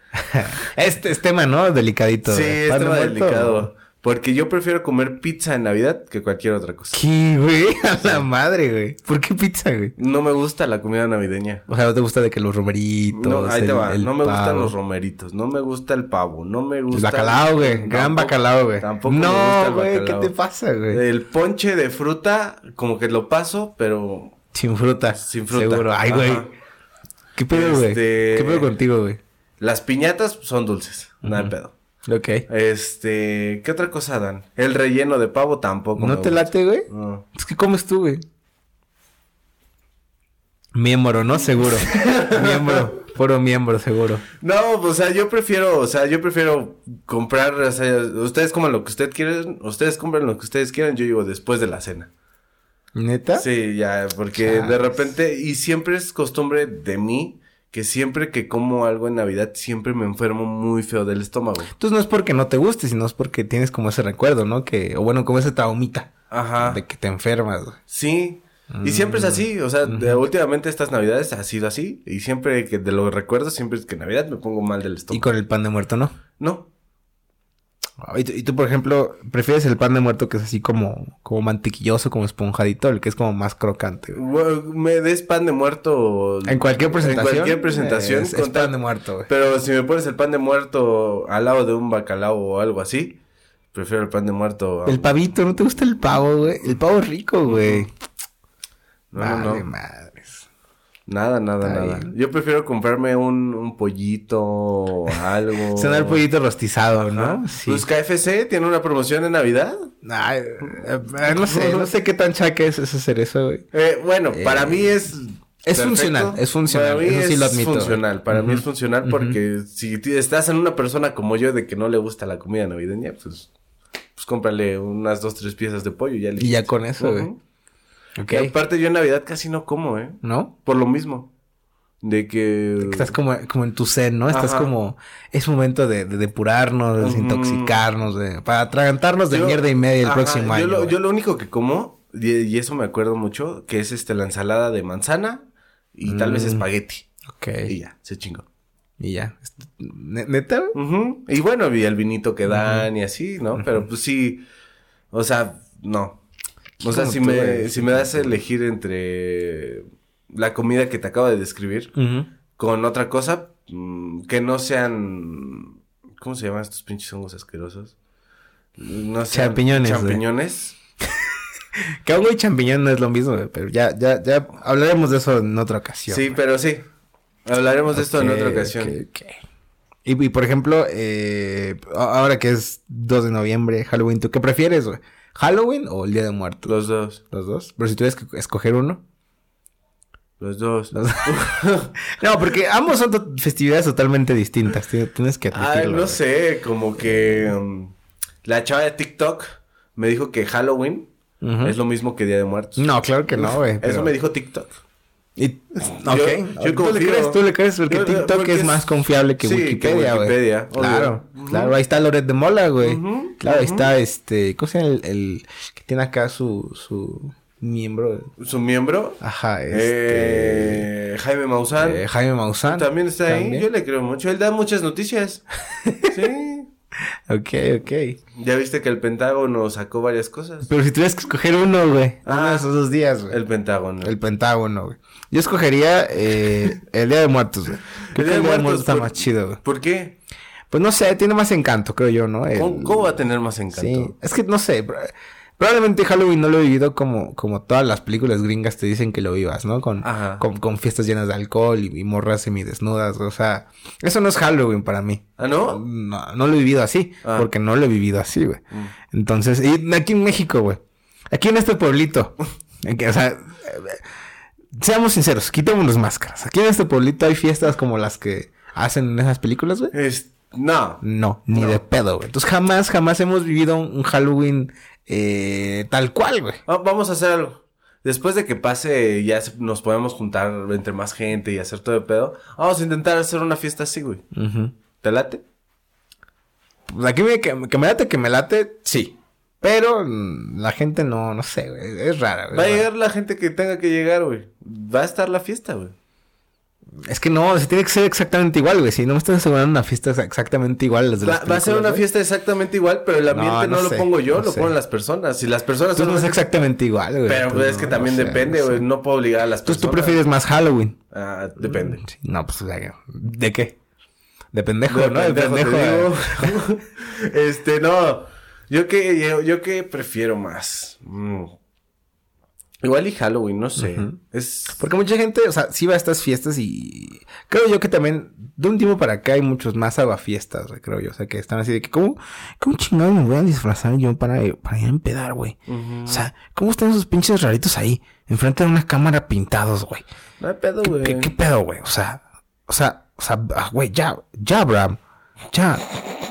Este es tema, ¿no? Delicadito. Sí, güey. es ¿Pan de tema muerto? delicado. Porque yo prefiero comer pizza en Navidad que cualquier otra cosa. ¿Qué, güey? A la madre, güey. ¿Por qué pizza, güey? No me gusta la comida navideña. O sea, ¿no te gusta de que los romeritos, No, ahí te el- va. el No me gustan pavo? los romeritos. No me gusta el pavo. No me El gusta. bacalao, güey. Gran Tampoco- bacalao, güey. Tampoco no, me gusta el güey. ¿Qué bacalao. Eh, te pasa, güey? El ponche de fruta, como que lo paso, pero Sin fruta. sin fruta. Seguro. Ay, güey. Ajá. ¿Qué pedo, güey? Este- ¿Qué pedo contigo, güey? Las piñatas son dulces. Nada de pedo. Ok. Este, ¿qué otra cosa dan? El relleno de pavo tampoco. ¿No me te gusta. late, güey? No. Es que comes tú, güey. Miembro, ¿no? Seguro. miembro. Puro miembro, seguro. No, pues, o sea, yo prefiero, o sea, yo prefiero comprar, o sea, ustedes coman lo que ustedes quieren, ustedes compren lo que ustedes quieran, yo digo después de la cena. ¿Neta? Sí, ya, porque de Chales. repente, y siempre es costumbre de mí, que siempre que como algo en Navidad, siempre me enfermo muy feo del estómago. Entonces no es porque no te guste, sino es porque tienes como ese recuerdo, ¿no? Que, o bueno, como ese traumita Ajá. de que te enfermas, güey. Sí. Y siempre es así, o sea, de- últimamente estas navidades ha sido así, y siempre que de lo recuerdo, siempre es que en Navidad me pongo mal del Y estómago. con el pan de muerto, ¿no? No, Ah, Y tú, y tú, por ejemplo, prefieres el pan de muerto que es así como, como mantequilloso, como esponjadito, el que es como más crocante. güey? Bueno, me des pan de muerto. En cualquier presentación. En cualquier presentación. Es, es con tal- pan de muerto, güey. Pero si me pones el pan de muerto al lado de un bacalao o algo así, prefiero el pan de muerto. a- El pavito, ¿no te gusta el pavo, güey? El pavo es rico, güey. No, no, Vale, no. madres. Nada, nada, Está nada. bien. Yo prefiero comprarme un, un pollito o algo. Suena el pollito rostizado, Ajá. ¿no? Sí. Pues KFC tiene una promoción de Navidad. Ay, eh, eh, no sé, no sé qué tan chaca es es hacer eso, güey. Eh, bueno, para mí es. es funcional, es funcional, Para mí eso sí es lo admito. funcional, para mí es funcional porque si ti- estás en una persona como yo de que no le gusta la comida navideña, pues, pues cómprale unas dos, tres piezas de pollo y ya le Y ya hiciste. con eso, güey. Ujú. Ok. Y aparte yo en Navidad casi no como, ¿eh? ¿No? Por lo mismo. De que... Estás como, como en tu zen, ¿no? Estás Ajá. como... Es momento de, de depurarnos, de Ujú. desintoxicarnos, de- para atragantarnos de Yo- mierda y media el Ajá, próximo yo año. Lo, güey. yo lo único que como, y, y eso me acuerdo mucho, que es este, la ensalada de manzana y tal vez Mm. espagueti. Ok. Y Y, ya, se chingó. ya. Ne- ¿Neta, güey? Ujú. Y bueno, y el vinito que dan y así, ¿no? Pero pues sí, o sea, no. O sea, como si tú me, eres. si me das a elegir entre la comida que te acabo de describir con otra cosa mm, que no sean... ¿Cómo se llaman estos pinches hongos asquerosos? No sé. Champiñones, güey. Champiñones. Que hongo y champiñón no es lo mismo, güey, pero ya, ya, ya hablaremos de eso en otra ocasión. Sí, pero sí. Hablaremos de esto en otra Ok, ocasión. ok, ok. Y, y, por ejemplo, eh, a- ahora que es 2 de noviembre, Halloween, ¿tú qué prefieres, güey? ¿Halloween o el Día de Muertos? Los dos. Los dos. Pero si tuvieras que escoger uno. Los dos. los- no, porque ambos son to- festividades totalmente distintas. ti- Tienes que Ah, admitirlo. no güey. sé, como que mm, la chava de TikTok me dijo que Halloween Ujú. es lo mismo que Día de Muertos. No, claro que no, güey. pero- Eso me dijo Tiktok. Y- yo ok. ¿Tú, le confío. crees, tú le crees porque Yo- yo- TikTok porque es es- más confiable que sí, que Wikipedia, güey. Wikipedia, obvio. claro, Ujú. claro. Ahí está Loret de Mola, güey. Ujú, claro, ahí ujú. está este... ¿Cómo se llama el, el que tiene acá su, su miembro? Su miembro, Ajá, Ah, este... eh, Jaime Maussan, eh, Jaime Maussan. también está ahí. también. Yo le creo mucho. Él da muchas noticias. sí. Ok, ok. Ya viste que el Pentágono sacó varias cosas. Pero si tuvieras que escoger uno, güey. Ah. uno de esos dos días, güey. El Pentágono. El Pentágono, güey. Yo escogería eh, el Día de Muertos, güey. Creo que el Día de Muertos está por- más chido, güey. ¿Por qué? Pues no sé, tiene más encanto, creo yo, ¿no? El- ¿Cómo, cómo va a tener más Sí, encanto? es que no sé. pro- Probablemente Halloween no lo he vivido como, como todas las películas gringas te dicen que lo vivas, ¿no? Con, Ajá. con, con fiestas llenas de alcohol y, y morras semidesnudas. O sea, eso no es Halloween para mí. ¿Ah, no? No, no lo he vivido así, Ah. Mm. porque no lo he vivido así, güey. Entonces, y aquí en México, güey. Aquí en este pueblito. en que, o sea, eh, seamos sinceros, quitémonos máscaras. Aquí en este pueblito hay fiestas como las que hacen en esas películas, güey. Es- No. No, ni No. de pedo, güey. Entonces jamás, jamás hemos vivido un un Halloween eh, tal cual, güey. Ah, Vamos a hacer algo. Después de que pase, ya se- nos podemos juntar entre más gente y hacer todo de pedo. Vamos a intentar hacer una fiesta así, güey. Ujú. ¿Te late? Pues aquí me- que, que me late, que me late, sí. Pero mm, la gente no, no sé, güey. Es rara, güey. Va a llegar la gente que tenga que llegar, güey. Va a estar la fiesta, güey. Es que no, se tiene que ser exactamente igual, güey. Si no me estás asegurando una fiesta ex- exactamente igual a las de Va, las va a ser una películas, güey. fiesta exactamente igual, pero el ambiente No, no, no lo sé, pongo yo, no lo sé. ponen las personas. Si las personas Tú no es solamente- exactamente igual, güey. Pero Tú pues, es que no, también o sea, depende, no sé. güey. No puedo obligar a las Entonces personas. tú prefieres más Halloween. Ah, depende. Sí, No, pues, o sea, que- ¿de qué? De pendejo, De ¿no? De pendejo, pendejo. te eh. digo. este, no. Yo que, yo, yo que prefiero más. Mm. Igual y Halloween, no sé. Es. Porque mucha gente, o sea, sí va a estas fiestas y creo yo que también de un tiempo para acá hay muchos más abafiestas, güey, creo yo. O sea, que están así de que, ¿cómo, cómo chingados me voy a disfrazar yo para, para ir a empedar, güey? O sea, ¿cómo están esos pinches raritos ahí, enfrente de una cámara pintados, güey? No hay pedo, ¿Qué- güey. ¿Qué, qué pedo, güey? O sea, o sea, o sea, ah, güey, ya, ya, Bram. Ya,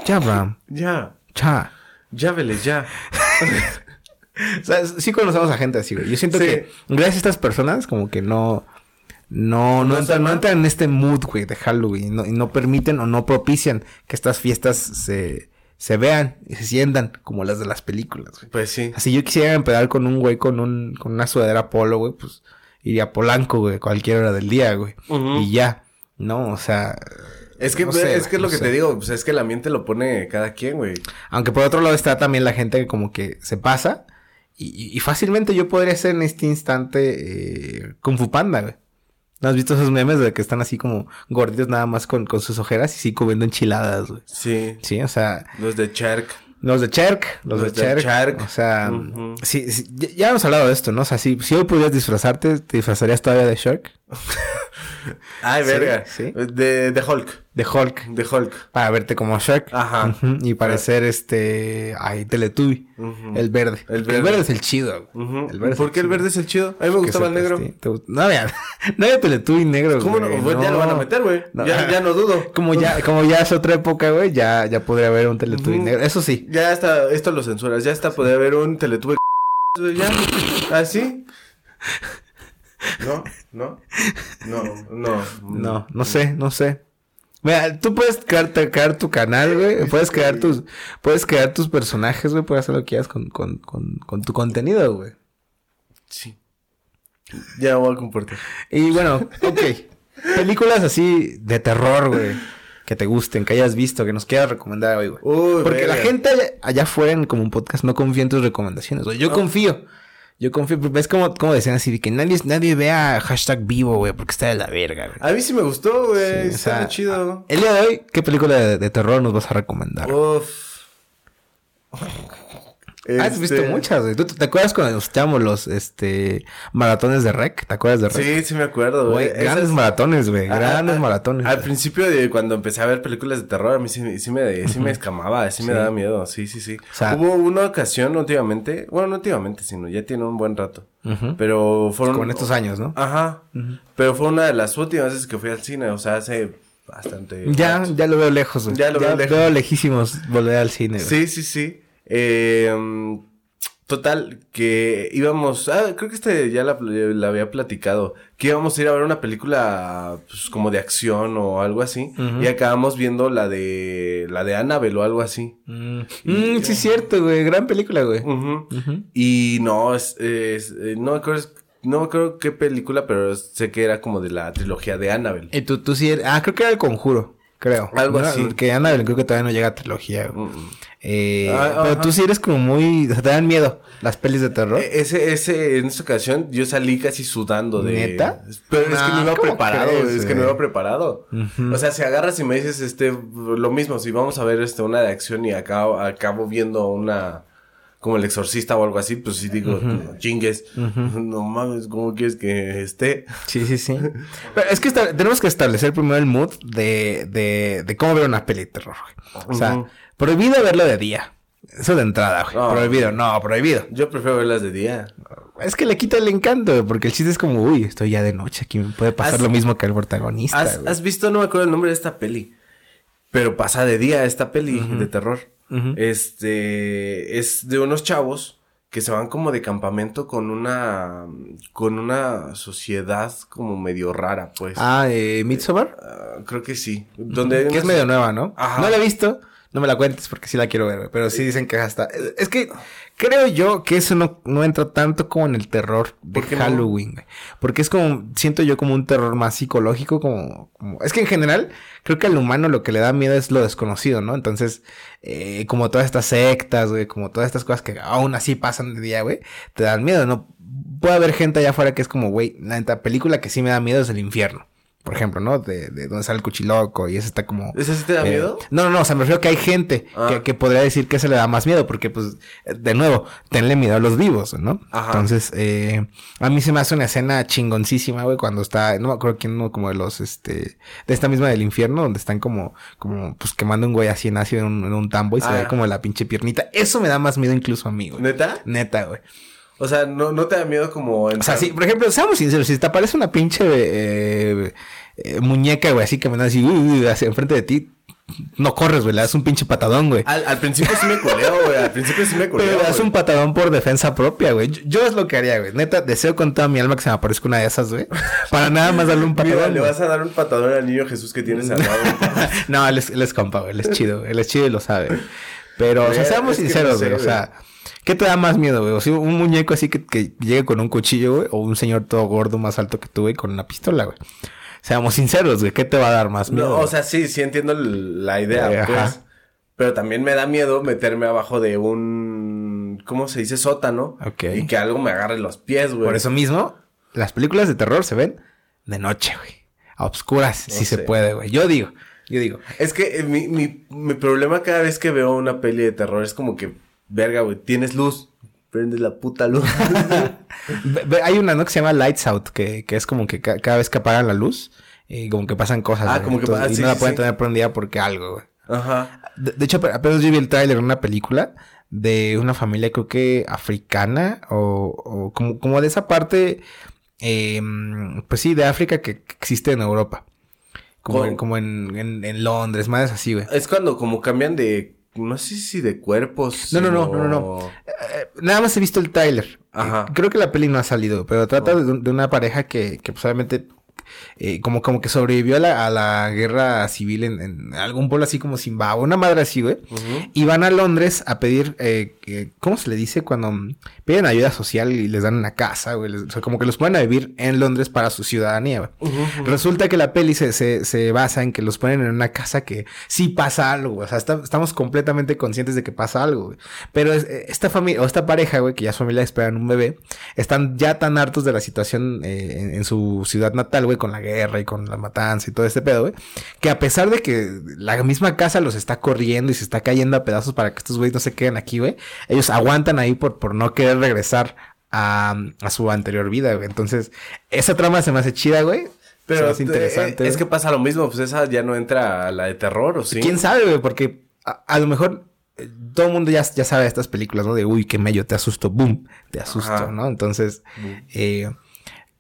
ya, Bram. Ya. Ya. Ya, vele, ya. O sea, sí conocemos a gente así, güey. Yo siento Sí. que gracias a estas personas como que no... No, no, ¿No entran, entran, no no? entran en este mood, güey, de Halloween. No, y no permiten o no propician que estas fiestas se, se vean y se sientan como las de las películas, güey. Pues sí. Así yo quisiera empezar con un güey con, un, con una sudadera polo, güey, pues iría a Polanco, güey, cualquier hora del día, güey. Ujú. Y ya. No, o sea... Es que, no sé, es, güey, que es lo no que sé. te digo. Pues es que el ambiente lo pone cada quien, güey. Aunque por otro lado está también la gente que como que se pasa. Y, y- y fácilmente yo podría ser en este instante eh, Kung Fu Panda, güey. ¿No has visto esos memes de que están así como gorditos nada más con, con sus ojeras y sí comiendo enchiladas, güey? Sí. Sí, o sea, Los de Shark. los de Cherk, los, Los de, Cherk, de Cherk. O sea, Ujú. sí, sí, ya, ya hemos hablado de esto, ¿no? O sea, si, si hoy pudieras disfrazarte, ¿te disfrazarías todavía de Shark? Ay, Sí, verga. sí. De, de Hulk. De Hulk. De Hulk. Para verte como Shark. Ajá. Ujú, Y parecer este. Ay, Teletubby. Ujú. El verde. El El verde. verde. es el chido. güey. Ujú. El verde es ¿Por qué el chido. verde es el chido? A mí me Que gustaba el sepas, negro. sí, te gust- No había, no había Teletubby negro. ¿Cómo no? güey, Pues Ya lo van a meter, güey. No. Ya, ya no dudo. Como ya, como ya es otra época, güey, ya, ya podría haber un Teletubby Ujú. negro. Eso sí. Ya está, esto lo censuras. Ya está, podría haber un teletube. Ya. ¿Ah, ¿Así? No, no, no, no. No, Mm, no sé, no sé. Mira, tú puedes crear, te- crear tu canal, güey. Puedes crear tus, puedes crear tus personajes, güey. Puedes hacer lo que quieras con, con, con, con tu contenido, güey. Sí. Ya me voy a comportar. Y bueno, ok. Películas así de terror, güey. Que te gusten, que hayas visto, que nos quieras recomendar hoy, güey. Uy, Porque la verga. gente allá- allá afuera, en como un podcast, no confía en tus recomendaciones. güey. Yo confío. Yo confío. Es como, como decían así, de que nadie, nadie vea hashtag vivo, güey, porque está de la verga, güey. A mí sí me gustó, güey. Sí, o Eh, está sea, muy chido. Oh, El día de hoy, ¿qué película de, de terror nos vas a recomendar? Uf. Ah, Has visto Este, muchas, güey. ¿Tú te, te acuerdas cuando nos echamos los este, maratones de rec? ¿Te acuerdas de rec? Sí, sí me acuerdo, Güey, güey. grandes Esas- maratones, güey. Ah, Grandes ah, maratones. Al güey. principio de cuando empecé a ver películas de terror, a mí sí, sí me, sí me escamaba, sí, me daba miedo, sí, sí, sí. sea- Hubo una ocasión últimamente, bueno, no últimamente, sino ya tiene un buen rato. Ujú. Pero Ah, fueron... Como en estos años, ¿no? Ajá. Pero fue una de las últimas veces que fui al cine, o sea, hace bastante... Ya, ya lo veo lejos, güey. Ya lo veo lejos. lejísimos volver al cine, güey. Sí, sí, sí. Eh, mm, total, que íbamos. Ah, creo que este ya la, la había platicado. Que íbamos a ir a ver una película pues, como de acción o algo así. Y acabamos viendo la de. la de Annabelle o algo así. Mm, mm, sí, es cierto, güey. Gran película, güey. Ujú. Y no, es, es- eh, no me acuerdo. No me acuerdo qué película, pero sé que era como de la trilogía de Annabelle. Y tú, tú sí eres- Ah, creo que era El Conjuro. Creo. Algo así. Que Annabelle creo que todavía no llega a trilogía, Mm, güey. Eh, Ah, pero ajá. tú sí eres como muy... o sea, te dan miedo las pelis de terror. E- Ese, ese, en esta ocasión yo salí casi sudando de. ¿Neta? Pero es que Nah, no iba ¿cómo preparado, crees, es que güey? no iba preparado. O sea, si agarras y me dices, este, lo mismo, si vamos a ver este, una de acción y acabo, acabo viendo una. Como el exorcista o algo así, pues sí digo, no, chingues. No mames, ¿cómo quieres que esté? Sí, sí, sí. Pero es que esta- tenemos que establecer primero el mood de, de, de cómo ver una peli de terror, güey. O sea, Ujú. Ah. prohibido verlo de día. Eso de entrada, güey. No. Prohibido. No, prohibido. Yo prefiero verlas de día. Es que le quita el encanto, güey, porque el chiste es como, uy, estoy ya de noche, aquí me puede pasar Has- lo mismo que al protagonista. ¿Has, güey. has visto, no me acuerdo el nombre de esta peli? Pero pasa de día esta peli Ujú. de terror. Ujú. Este es de unos chavos que se van como de campamento con una con una sociedad como medio rara, pues. Ah, eh, Midsommar. Ah, creo que sí. Donde hay Que es unas- medio nueva, ¿no? Ajá. No la he visto. No me la cuentes porque sí la quiero ver, güey, pero sí dicen que hasta... Es que creo yo que eso no, no entra tanto como en el terror de ¿Por qué no? Halloween, güey. Porque es como, siento yo como un terror más psicológico, como, como- Es que en general creo que al humano lo que le da miedo es lo desconocido, ¿no? Entonces, eh, como todas estas sectas, güey, como todas estas cosas que aún así pasan de día, güey, te dan miedo, ¿no? Puede haber gente allá afuera que es como, güey, la neta, película que sí me da miedo es el infierno. Por ejemplo, ¿no? De, de donde sale el cuchiloco y eso está como... ¿Esa sí te da Eh, miedo? No, no, no, o sea, me refiero que hay gente Ah. que, que podría decir que se le da más miedo, porque, pues, eh, de nuevo, tenle miedo a los vivos, ¿no? Ajá. Entonces, eh, a mí se me hace una escena chingoncísima, güey, cuando está, no me acuerdo quién, uno como de los, este, de esta misma del infierno, donde están como, como, pues, quemando un güey así en ácido en un, en un tambo y se Ah. ve como la pinche piernita. Eso me da más miedo incluso a mí, güey. ¿Neta? Neta, güey. O sea, no, no te da miedo como O sea, entrar- sí, por ejemplo, seamos sinceros, si te aparece una pinche eh, eh, muñeca, güey, así caminando así, uy, uy, hacia enfrente de ti, no corres, güey, le das un pinche patadón, güey. Al, al principio sí me culeo, güey. Al principio sí me culeo. Pero le das Ah, güey. un patadón por defensa propia, güey. Yo, yo es lo que haría, güey. Neta, deseo con toda mi alma que se me aparezca una de esas, güey. Para nada más darle un Mira, patadón. le güey. vas a dar un patadón al niño Jesús que tienes al lado. güey. no, él es, él es compa, güey. Él es chido. Él es chido y lo sabe. Pero, o sea, Mira, seamos es que no sinceros, sé, güey. O güey. sea, ¿qué te da más miedo, güey? O sea, un muñeco así que, que llegue con un cuchillo, güey. O un señor todo gordo más alto que tú, güey, con una pistola, güey. Seamos sinceros, güey. ¿Qué te va a dar más Pues miedo? No, o güey? sea, sí, sí entiendo l- la idea, Eh, pues. ajá. Pero también me da miedo meterme abajo de un. ¿Cómo se dice? Sótano. Ok. Y que algo me agarre los pies, güey. Por eso mismo, las películas de terror se ven de noche, güey. A obscuras, No si se sé. puede, güey. Yo digo, yo digo. Es que eh, mi, mi, mi problema cada vez que veo una peli de terror es como que, verga, güey, tienes luz. Prendes la puta luz. Ve- ve- Hay una, ¿no? Que se llama Lights Out, que, que es como que ca- cada vez que apagan la luz, eh, como que pasan cosas. Ah, güey. como que Entonces, pa- y sí, no la sí, pueden sí. tener prendida porque algo, güey. Ajá. De, de hecho, apenas yo vi el tráiler de una película de una familia, creo que africana o, o como, como de esa parte, eh, pues sí, de África que, que existe en Europa. Como, Con- en, como en, en- en Londres, más así, güey. Es cuando como cambian de. No sé si de cuerpos. No, no, no, sino- no, no, Eh, Nada más he visto el tráiler. Ajá. Eh, Creo que la peli no ha salido, pero trata Oh. de, un- de una pareja que, que pues, obviamente eh, como, como que sobrevivió a la, a la guerra civil en, en algún pueblo así como Zimbabue, una madre así, güey. Ujú. Y van a Londres a pedir, eh, que- ¿cómo se le dice? Cuando mm, piden ayuda social y les dan una casa, güey. les- o sea, como que los ponen a vivir en Londres para su ciudadanía, güey. Ujú, ujú. Resulta que la peli se, se, se basa en que los ponen en una casa que sí pasa algo, güey. O sea, está- estamos completamente conscientes de que pasa algo, güey. Pero es- eh, esta familia, o esta pareja, güey, que ya es familia, esperan un bebé, están ya tan hartos de la situación eh, en, en su ciudad natal, güey, con la guerra y con la matanza y todo este pedo, güey. Que a pesar de que la misma casa los está corriendo y se está cayendo a pedazos para que estos güeyes no se queden aquí, güey, ellos aguantan ahí por, por no querer regresar. A, a su anterior vida, güey. Entonces, esa trama se me hace chida, güey. Pero es te- interesante. eh, Es que güey. Pues, pasa lo mismo, pues esa ya no entra a la de terror, ¿o sí? quién sabe, güey, porque a, a lo mejor eh, todo el mundo ya, ya sabe de estas películas, ¿no? De uy, qué mello, te asusto, boom, te asusto, Ajá. ¿no? Entonces, Boom. eh,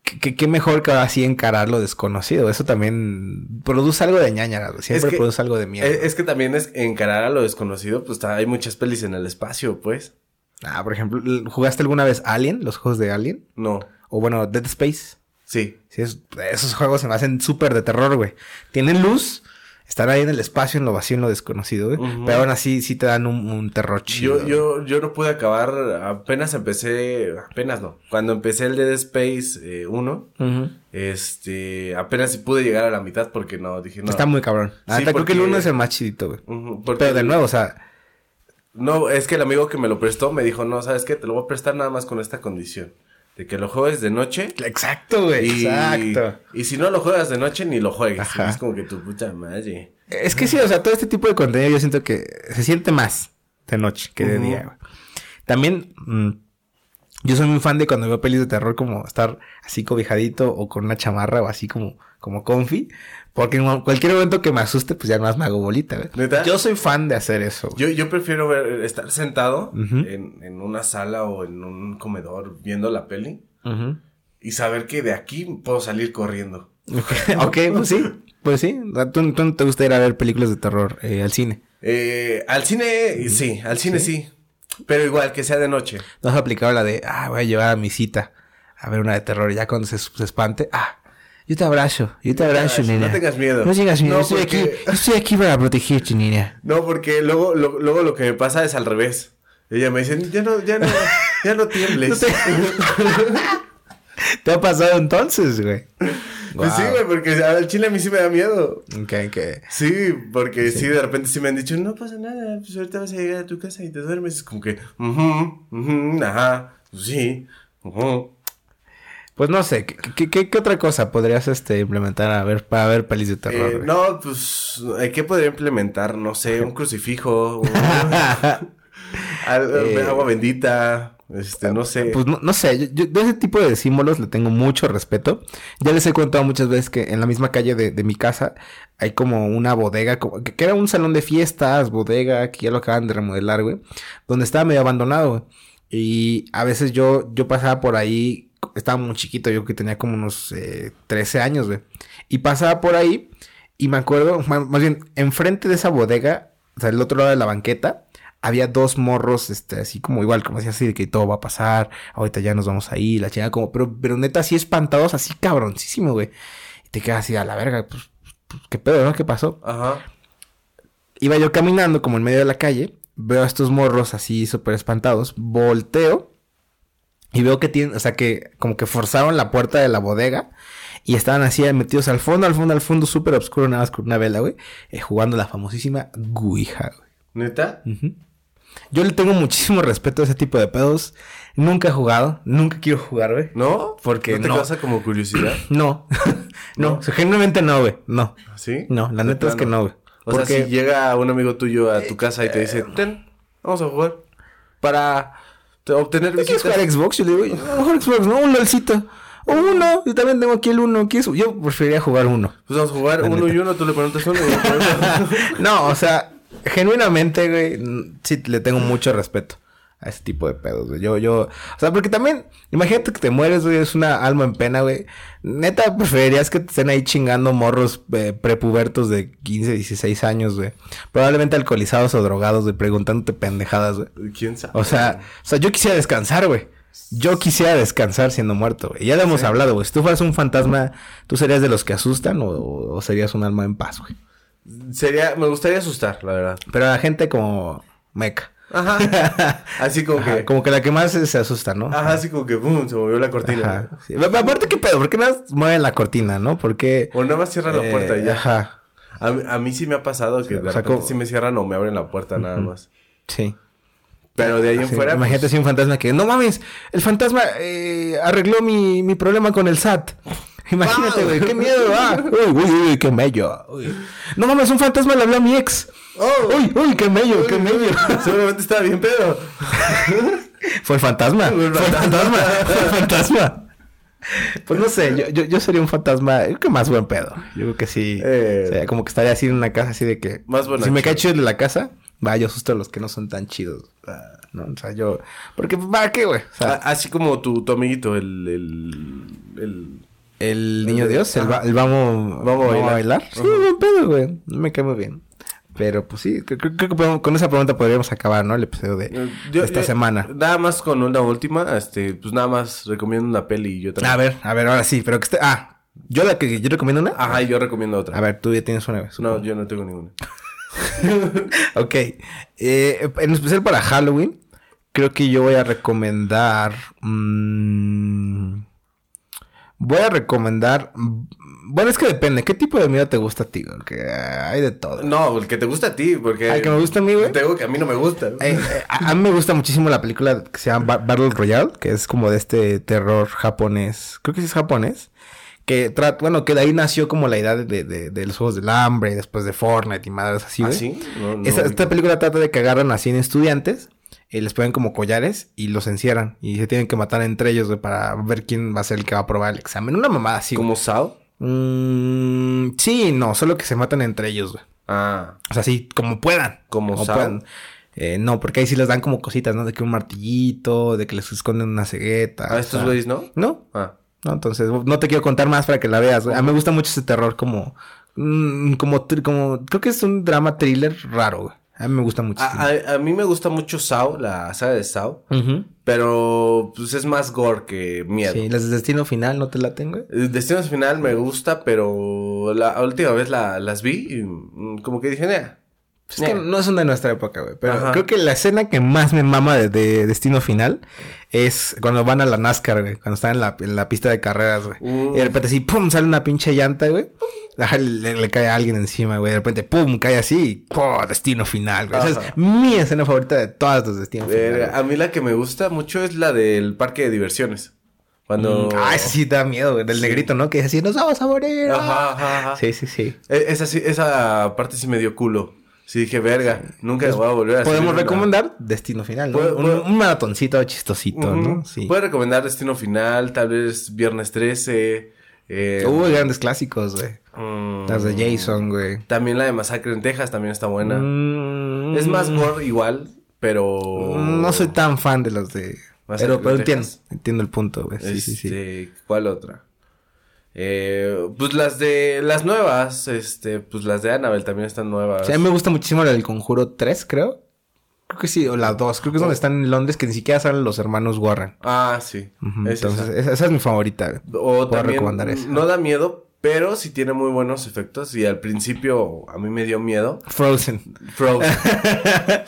qué- qué- qué mejor que ahora así encarar lo desconocido. Eso también produce algo de ñañara, güey. siempre Es que- produce algo de Eh, miedo. Es, que también es encarar a lo desconocido, pues ta- hay muchas pelis en el espacio, pues. Ah, por ejemplo, l- ¿jugaste alguna vez Alien? ¿Los juegos de Alien? No, O bueno, Dead Space. sí. Sí, es- esos juegos se me hacen súper de terror, güey. Tienen luz, están ahí en el espacio, en lo vacío, en lo desconocido, güey. Ujú. Pero aún así sí te dan un, un terror chido. Yo, yo, yo no pude acabar, apenas empecé, apenas no. Cuando empecé el Dead Space eh, 1, güey. Ujú. este, apenas pude llegar a la mitad porque no, dije no. Está muy cabrón. La Sí, neta, Creo que el porque- uno es el más chidito, güey. Ujú, porque- Pero de nuevo, o sea, No, es que el amigo que me lo prestó me dijo, no, ¿sabes qué? Te lo voy a prestar nada más con esta condición. De que lo juegues de noche exacto, güey. Y- Exacto. Y si no lo juegas de noche, ni lo juegues. Ajá. Es como que tu puta madre. Es que sí, o sea, todo este tipo de contenido yo siento que se siente más de noche que de Ujú. día, güey. También, mm, yo soy muy fan de cuando veo pelis de terror, como estar así cobijadito o con una chamarra o así como, como confi. Porque en cualquier momento que me asuste, pues ya más me hago bolita, güey. ¿Neta? Yo soy fan de hacer eso, güey. Yo, yo prefiero ver- estar sentado Ujú. en, en una sala o en un comedor viendo la peli Ujú. y saber que de aquí puedo salir corriendo. ok, pues sí. Pues sí, ¿tú, tú no te gusta ir a ver películas de terror eh, al cine? Eh, al cine, sí, al cine sí. Pero igual, que sea de noche. ¿No has aplicado la de, ah, voy a llevar a mi cita a ver una de terror? Ya cuando se, se espante, ah, yo te abrazo, yo te abrazo, abrazo, no niña. tengas miedo. No tengas miedo, No, estoy, porque- aquí, yo estoy aquí para protegerte, niña. No, porque luego lo, luego lo que me pasa es al revés. Ella me dice, ya no, ya no, ya no tiembles. ¿Te ha pasado entonces, güey? Pues sí, güey, porque al chile a mí sí me da miedo. Ok, ok. Sí, porque sí. de repente sí me han dicho, no pasa nada, pues ahorita vas a llegar a tu casa y te duermes. Es como que, "Ujú, ujú, ajá, pues sí, ujú". Pues no sé, ¿qué, qué- qué- qué otra cosa podrías este, implementar a ver, para ver pelis de terror? Eh, güey? no, pues, eh, ¿qué podría implementar? No sé, un crucifijo, un- algo- Eh, agua bendita, este, no sé. Pues no, no sé, yo, yo de ese tipo de símbolos le tengo mucho respeto. Ya les he contado muchas veces que en la misma calle de, de mi casa hay como una bodega, como, que, que era un salón de fiestas, bodega, que ya lo acaban de remodelar, güey, donde estaba medio abandonado, güey. Y a veces yo, yo pasaba por ahí, estaba muy chiquito, yo que tenía como unos eh, 13 años, güey. Y pasaba por ahí y me acuerdo, ma- más bien, enfrente de esa bodega, o sea, el otro lado de la banqueta, había dos morros, este, así como igual, como así, así de que todo va a pasar, ahorita ya nos vamos a ir, la chingada, como, pero, pero neta, así espantados, así cabroncísimo, güey. Y te quedas así a la verga, pues, pues, qué pedo, ¿no? ¿Qué pasó? Ajá. Iba yo caminando como en medio de la calle, veo a estos morros así súper espantados, volteo y veo que tienen, o sea, que como que forzaron la puerta de la bodega y estaban así metidos al fondo, al fondo, al fondo, súper oscuro, nada más con una vela, güey, eh, jugando la famosísima Ouija, güey. ¿Neta? Ujú. Yo le tengo muchísimo respeto a ese tipo de pedos. Nunca he jugado, nunca quiero jugar, güey. ¿No? Porque ¿No te no. causa como curiosidad? No, no, ¿No? o sea, genuinamente no, güey. No, ¿Sí? no, la De neta es que plano. no, güey. O Porque Eh, sea, si llega un amigo tuyo a tu casa y te dice, ten, vamos a jugar. Para te- obtener ¿tú quieres jugar visitas. a Xbox? Yo le digo, "Yo, a lo mejor Xbox, no, un LOLcito. O uno, yo también tengo aquí el uno. ¿quieres? Yo preferiría jugar uno. Pues vamos a jugar La uno neta. y uno, tú le preguntas uno. y yo le pregunto. No, o sea, genuinamente, güey, n- sí le tengo mucho respeto a ese tipo de pedos, güey. Yo, yo, o sea, porque también, imagínate que te mueres, güey, es una alma en pena, güey. Neta, preferirías que te estén ahí chingando morros eh, prepubertos de 15, 16 años, güey. Probablemente alcoholizados o drogados, güey, preguntándote pendejadas, güey. ¿Quién sabe? O sea, o sea, yo quisiera descansar, güey. Yo quisiera descansar siendo muerto, güey. Ya lo hemos hablado, güey. Si tú fueras un fantasma, ¿tú serías de los que asustan o, o serías un alma en paz, güey? sería, me gustaría asustar, la verdad. Pero la gente como meca. Ajá. Así como Ajá, que. Como que la que más se se asusta, ¿no? Ajá, así como que boom, se movió la cortina. Ajá. Sí. Pero Aparte, ¿qué pedo? ¿Por qué nada más mueven la cortina, no? Porque... O nada más cierra la puerta y ya. Eh, Ajá. A, mí- a mí sí me ha pasado que O de sea, repente como- sí me cierran o me abren la puerta nada más. Sí. Pero de ahí en Sí, fuera. Imagínate pues, si un fantasma que... No mames, el fantasma eh, arregló mi, mi problema con el SAT. Imagínate, güey. Qué miedo, ah. Uy, uy, uy, qué mello. Uy. No mames, un fantasma le habló a mi ex. ¡Oh! Uy, uy, qué mello, qué mello. Seguramente estaba bien pedo. Fue el fantasma. Fue el fantasma. Fue el fantasma. Pues no sé, yo, yo, yo sería un fantasma, yo creo que más buen pedo. Yo creo que sí. Eh. o sea, como que estaría así en una casa así de que. Más bonachón. Si me cae chido el de la casa, va, yo asusto a los que no son tan chidos. Ah, No, o sea, yo. Porque, ¿para qué, güey? O sea, A- así como tu, tu amiguito, el, el, el- el niño Dios, el, va- el Ah. vamos, Vamos a vamos a bailar. bailar. Sí, buen pedo, güey. No me cae muy bien. Pero pues sí, creo, creo- creo que podemos- con esa pregunta podríamos acabar, ¿no? El episodio de, eh, de yo- esta yo- semana. Nada más con una última, este, pues nada más recomiendo una peli y yo también. A ver, a ver, ahora sí, pero que esté. Ah, yo la que yo recomiendo una. Ajá, yo recomiendo otra. A ver, tú ya tienes una vez. No, yo no tengo ninguna. Ok. Eh, en especial para Halloween, creo que yo voy a recomendar. mm, voy a recomendar. mm, Bueno, es que depende. ¿Qué tipo de miedo te gusta a ti? güey? Que hay de todo. Eh, No, el que te gusta a ti, porque. ¿Al que me gusta a mí, güey? Te digo que a mí no me gusta. Eh, eh, a, a mí me gusta muchísimo la película que se llama Ba- Battle Royale, que es como de este terror japonés. Creo que sí es japonés. Que trata, bueno, que de ahí nació como la idea de, de- de los juegos del hambre, y después de Fortnite y madres así, ¿Ah, güey. sí? No, no. Esta, esta película trata de que agarran a 100 estudiantes, eh, les ponen como collares y los encierran. Y se tienen que matar entre ellos, güey, para ver quién va a ser el que va a aprobar el examen. Una mamada así, güey. ¿Como Sao? Mm, sí, no, solo que se matan entre ellos, güey. Ah. O sea, sí, como puedan. Como Saw. Eh, no, porque ahí sí les dan como cositas, ¿no? De que un martillito, de que les esconden una cegueta. A o Ah, estos sea, güeyes, ¿no? No, Ah. no, entonces no te quiero contar más para que la veas. güey. A mí me gusta mucho ese terror como, mm, como, thr- como, creo que es un drama thriller raro, güey. A mí me gusta mucho. A, a- a mí me gusta mucho Sao, la saga de Sao, pero pues es más gore que miedo. Sí, las de destino final no te la tengo. Eh, Destinos Final me gusta, pero la última vez la- las vi y mm, como que dije, "Nea". Es que Nah. no son de nuestra época, güey. Pero Eh. Ajá. creo que la escena que más me mama de, de Destino Final es cuando van a la NASCAR, güey. Cuando están en la, en la pista de carreras, güey. Mm. Y de repente así, pum, sale una pinche llanta, güey. Ajá, Le, le cae a alguien encima, güey. De repente, pum, cae así. ¡Pum! Destino Final, güey. Esa Ajá. es mi escena favorita de todas las Destinos Eh, Final. a mí la que me gusta mucho es la del parque de diversiones. Cuando... güey. Ah, esa sí da miedo, güey. Del Sí. negrito, ¿no? Que es así, nos vamos a morir. Ajá, ajá, ajá. Sí, sí, sí. E- Esa, sí- esa parte sí me dio culo. Sí dije, verga, nunca la voy a volver a hacer Pues Podemos una". recomendar Destino Final, ¿no? Puedo- Un, puedo- un maratoncito chistosito, ¿no? Ujú. Sí. Puedes recomendar Destino Final, tal vez Viernes 13. eh, Hubo grandes clásicos, güey. mm, Las de Jason, güey. También la de Masacre en Texas también está buena. Mm, Es más gore igual, pero... No soy tan fan de las de. Más Pero, de pero entiendo, Texas. entiendo el punto, güey. Sí, sí, sí. Este, ¿Cuál otra? Eh, pues las de... Las nuevas, este... Pues las de Annabelle también están nuevas. O sea, a mí me gusta muchísimo la del Conjuro 3, creo. Creo que sí, o la 2. Creo que es Oh. donde están en Londres, que ni siquiera salen los hermanos Warren. Ah, sí. Ujú, Es esa. Entonces, esa. esa es mi favorita. güey. O Puedo también recomendar esa. no da miedo, pero sí tiene muy buenos efectos. Y al principio a mí me dio miedo. Frozen. Frozen.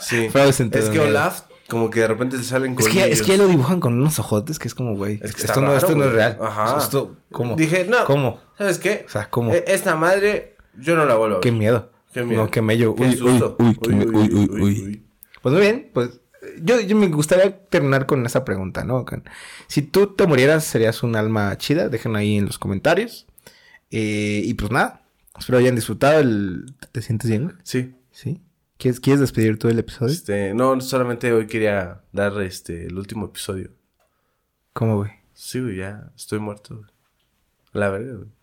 sí. Frozen te Es da que miedo. Olaf, como que de repente le salen Es que, ya- es colmillos. que ya lo dibujan con unos ojotes que es como, güey. Es que está esto no, esto raro, no es güey. real. Ajá. Esto, ¿cómo? Dije, no. ¿Cómo? ¿Sabes qué? O sea, ¿cómo? E- Esta madre, yo no la vuelvo a ver. Qué miedo. Qué miedo. No, qué mello. Qué Uy, uy, susto. uy, qué me- uy, uy, uy. uy. Pues muy bien, pues yo, yo me gustaría terminar con esa pregunta, ¿no? Con- Si tú te murieras, ¿serías un alma chida? Déjenlo ahí en los comentarios. Eh, y pues nada, espero hayan disfrutado. El... ¿Te sientes bien? güey? Sí. ¿Sí? ¿Quieres, ¿Quieres despedir tú el episodio? Este, no, solamente hoy quería dar este el último episodio. ¿Cómo, güey? Sí, güey, ya estoy muerto. güey. La verdad, güey.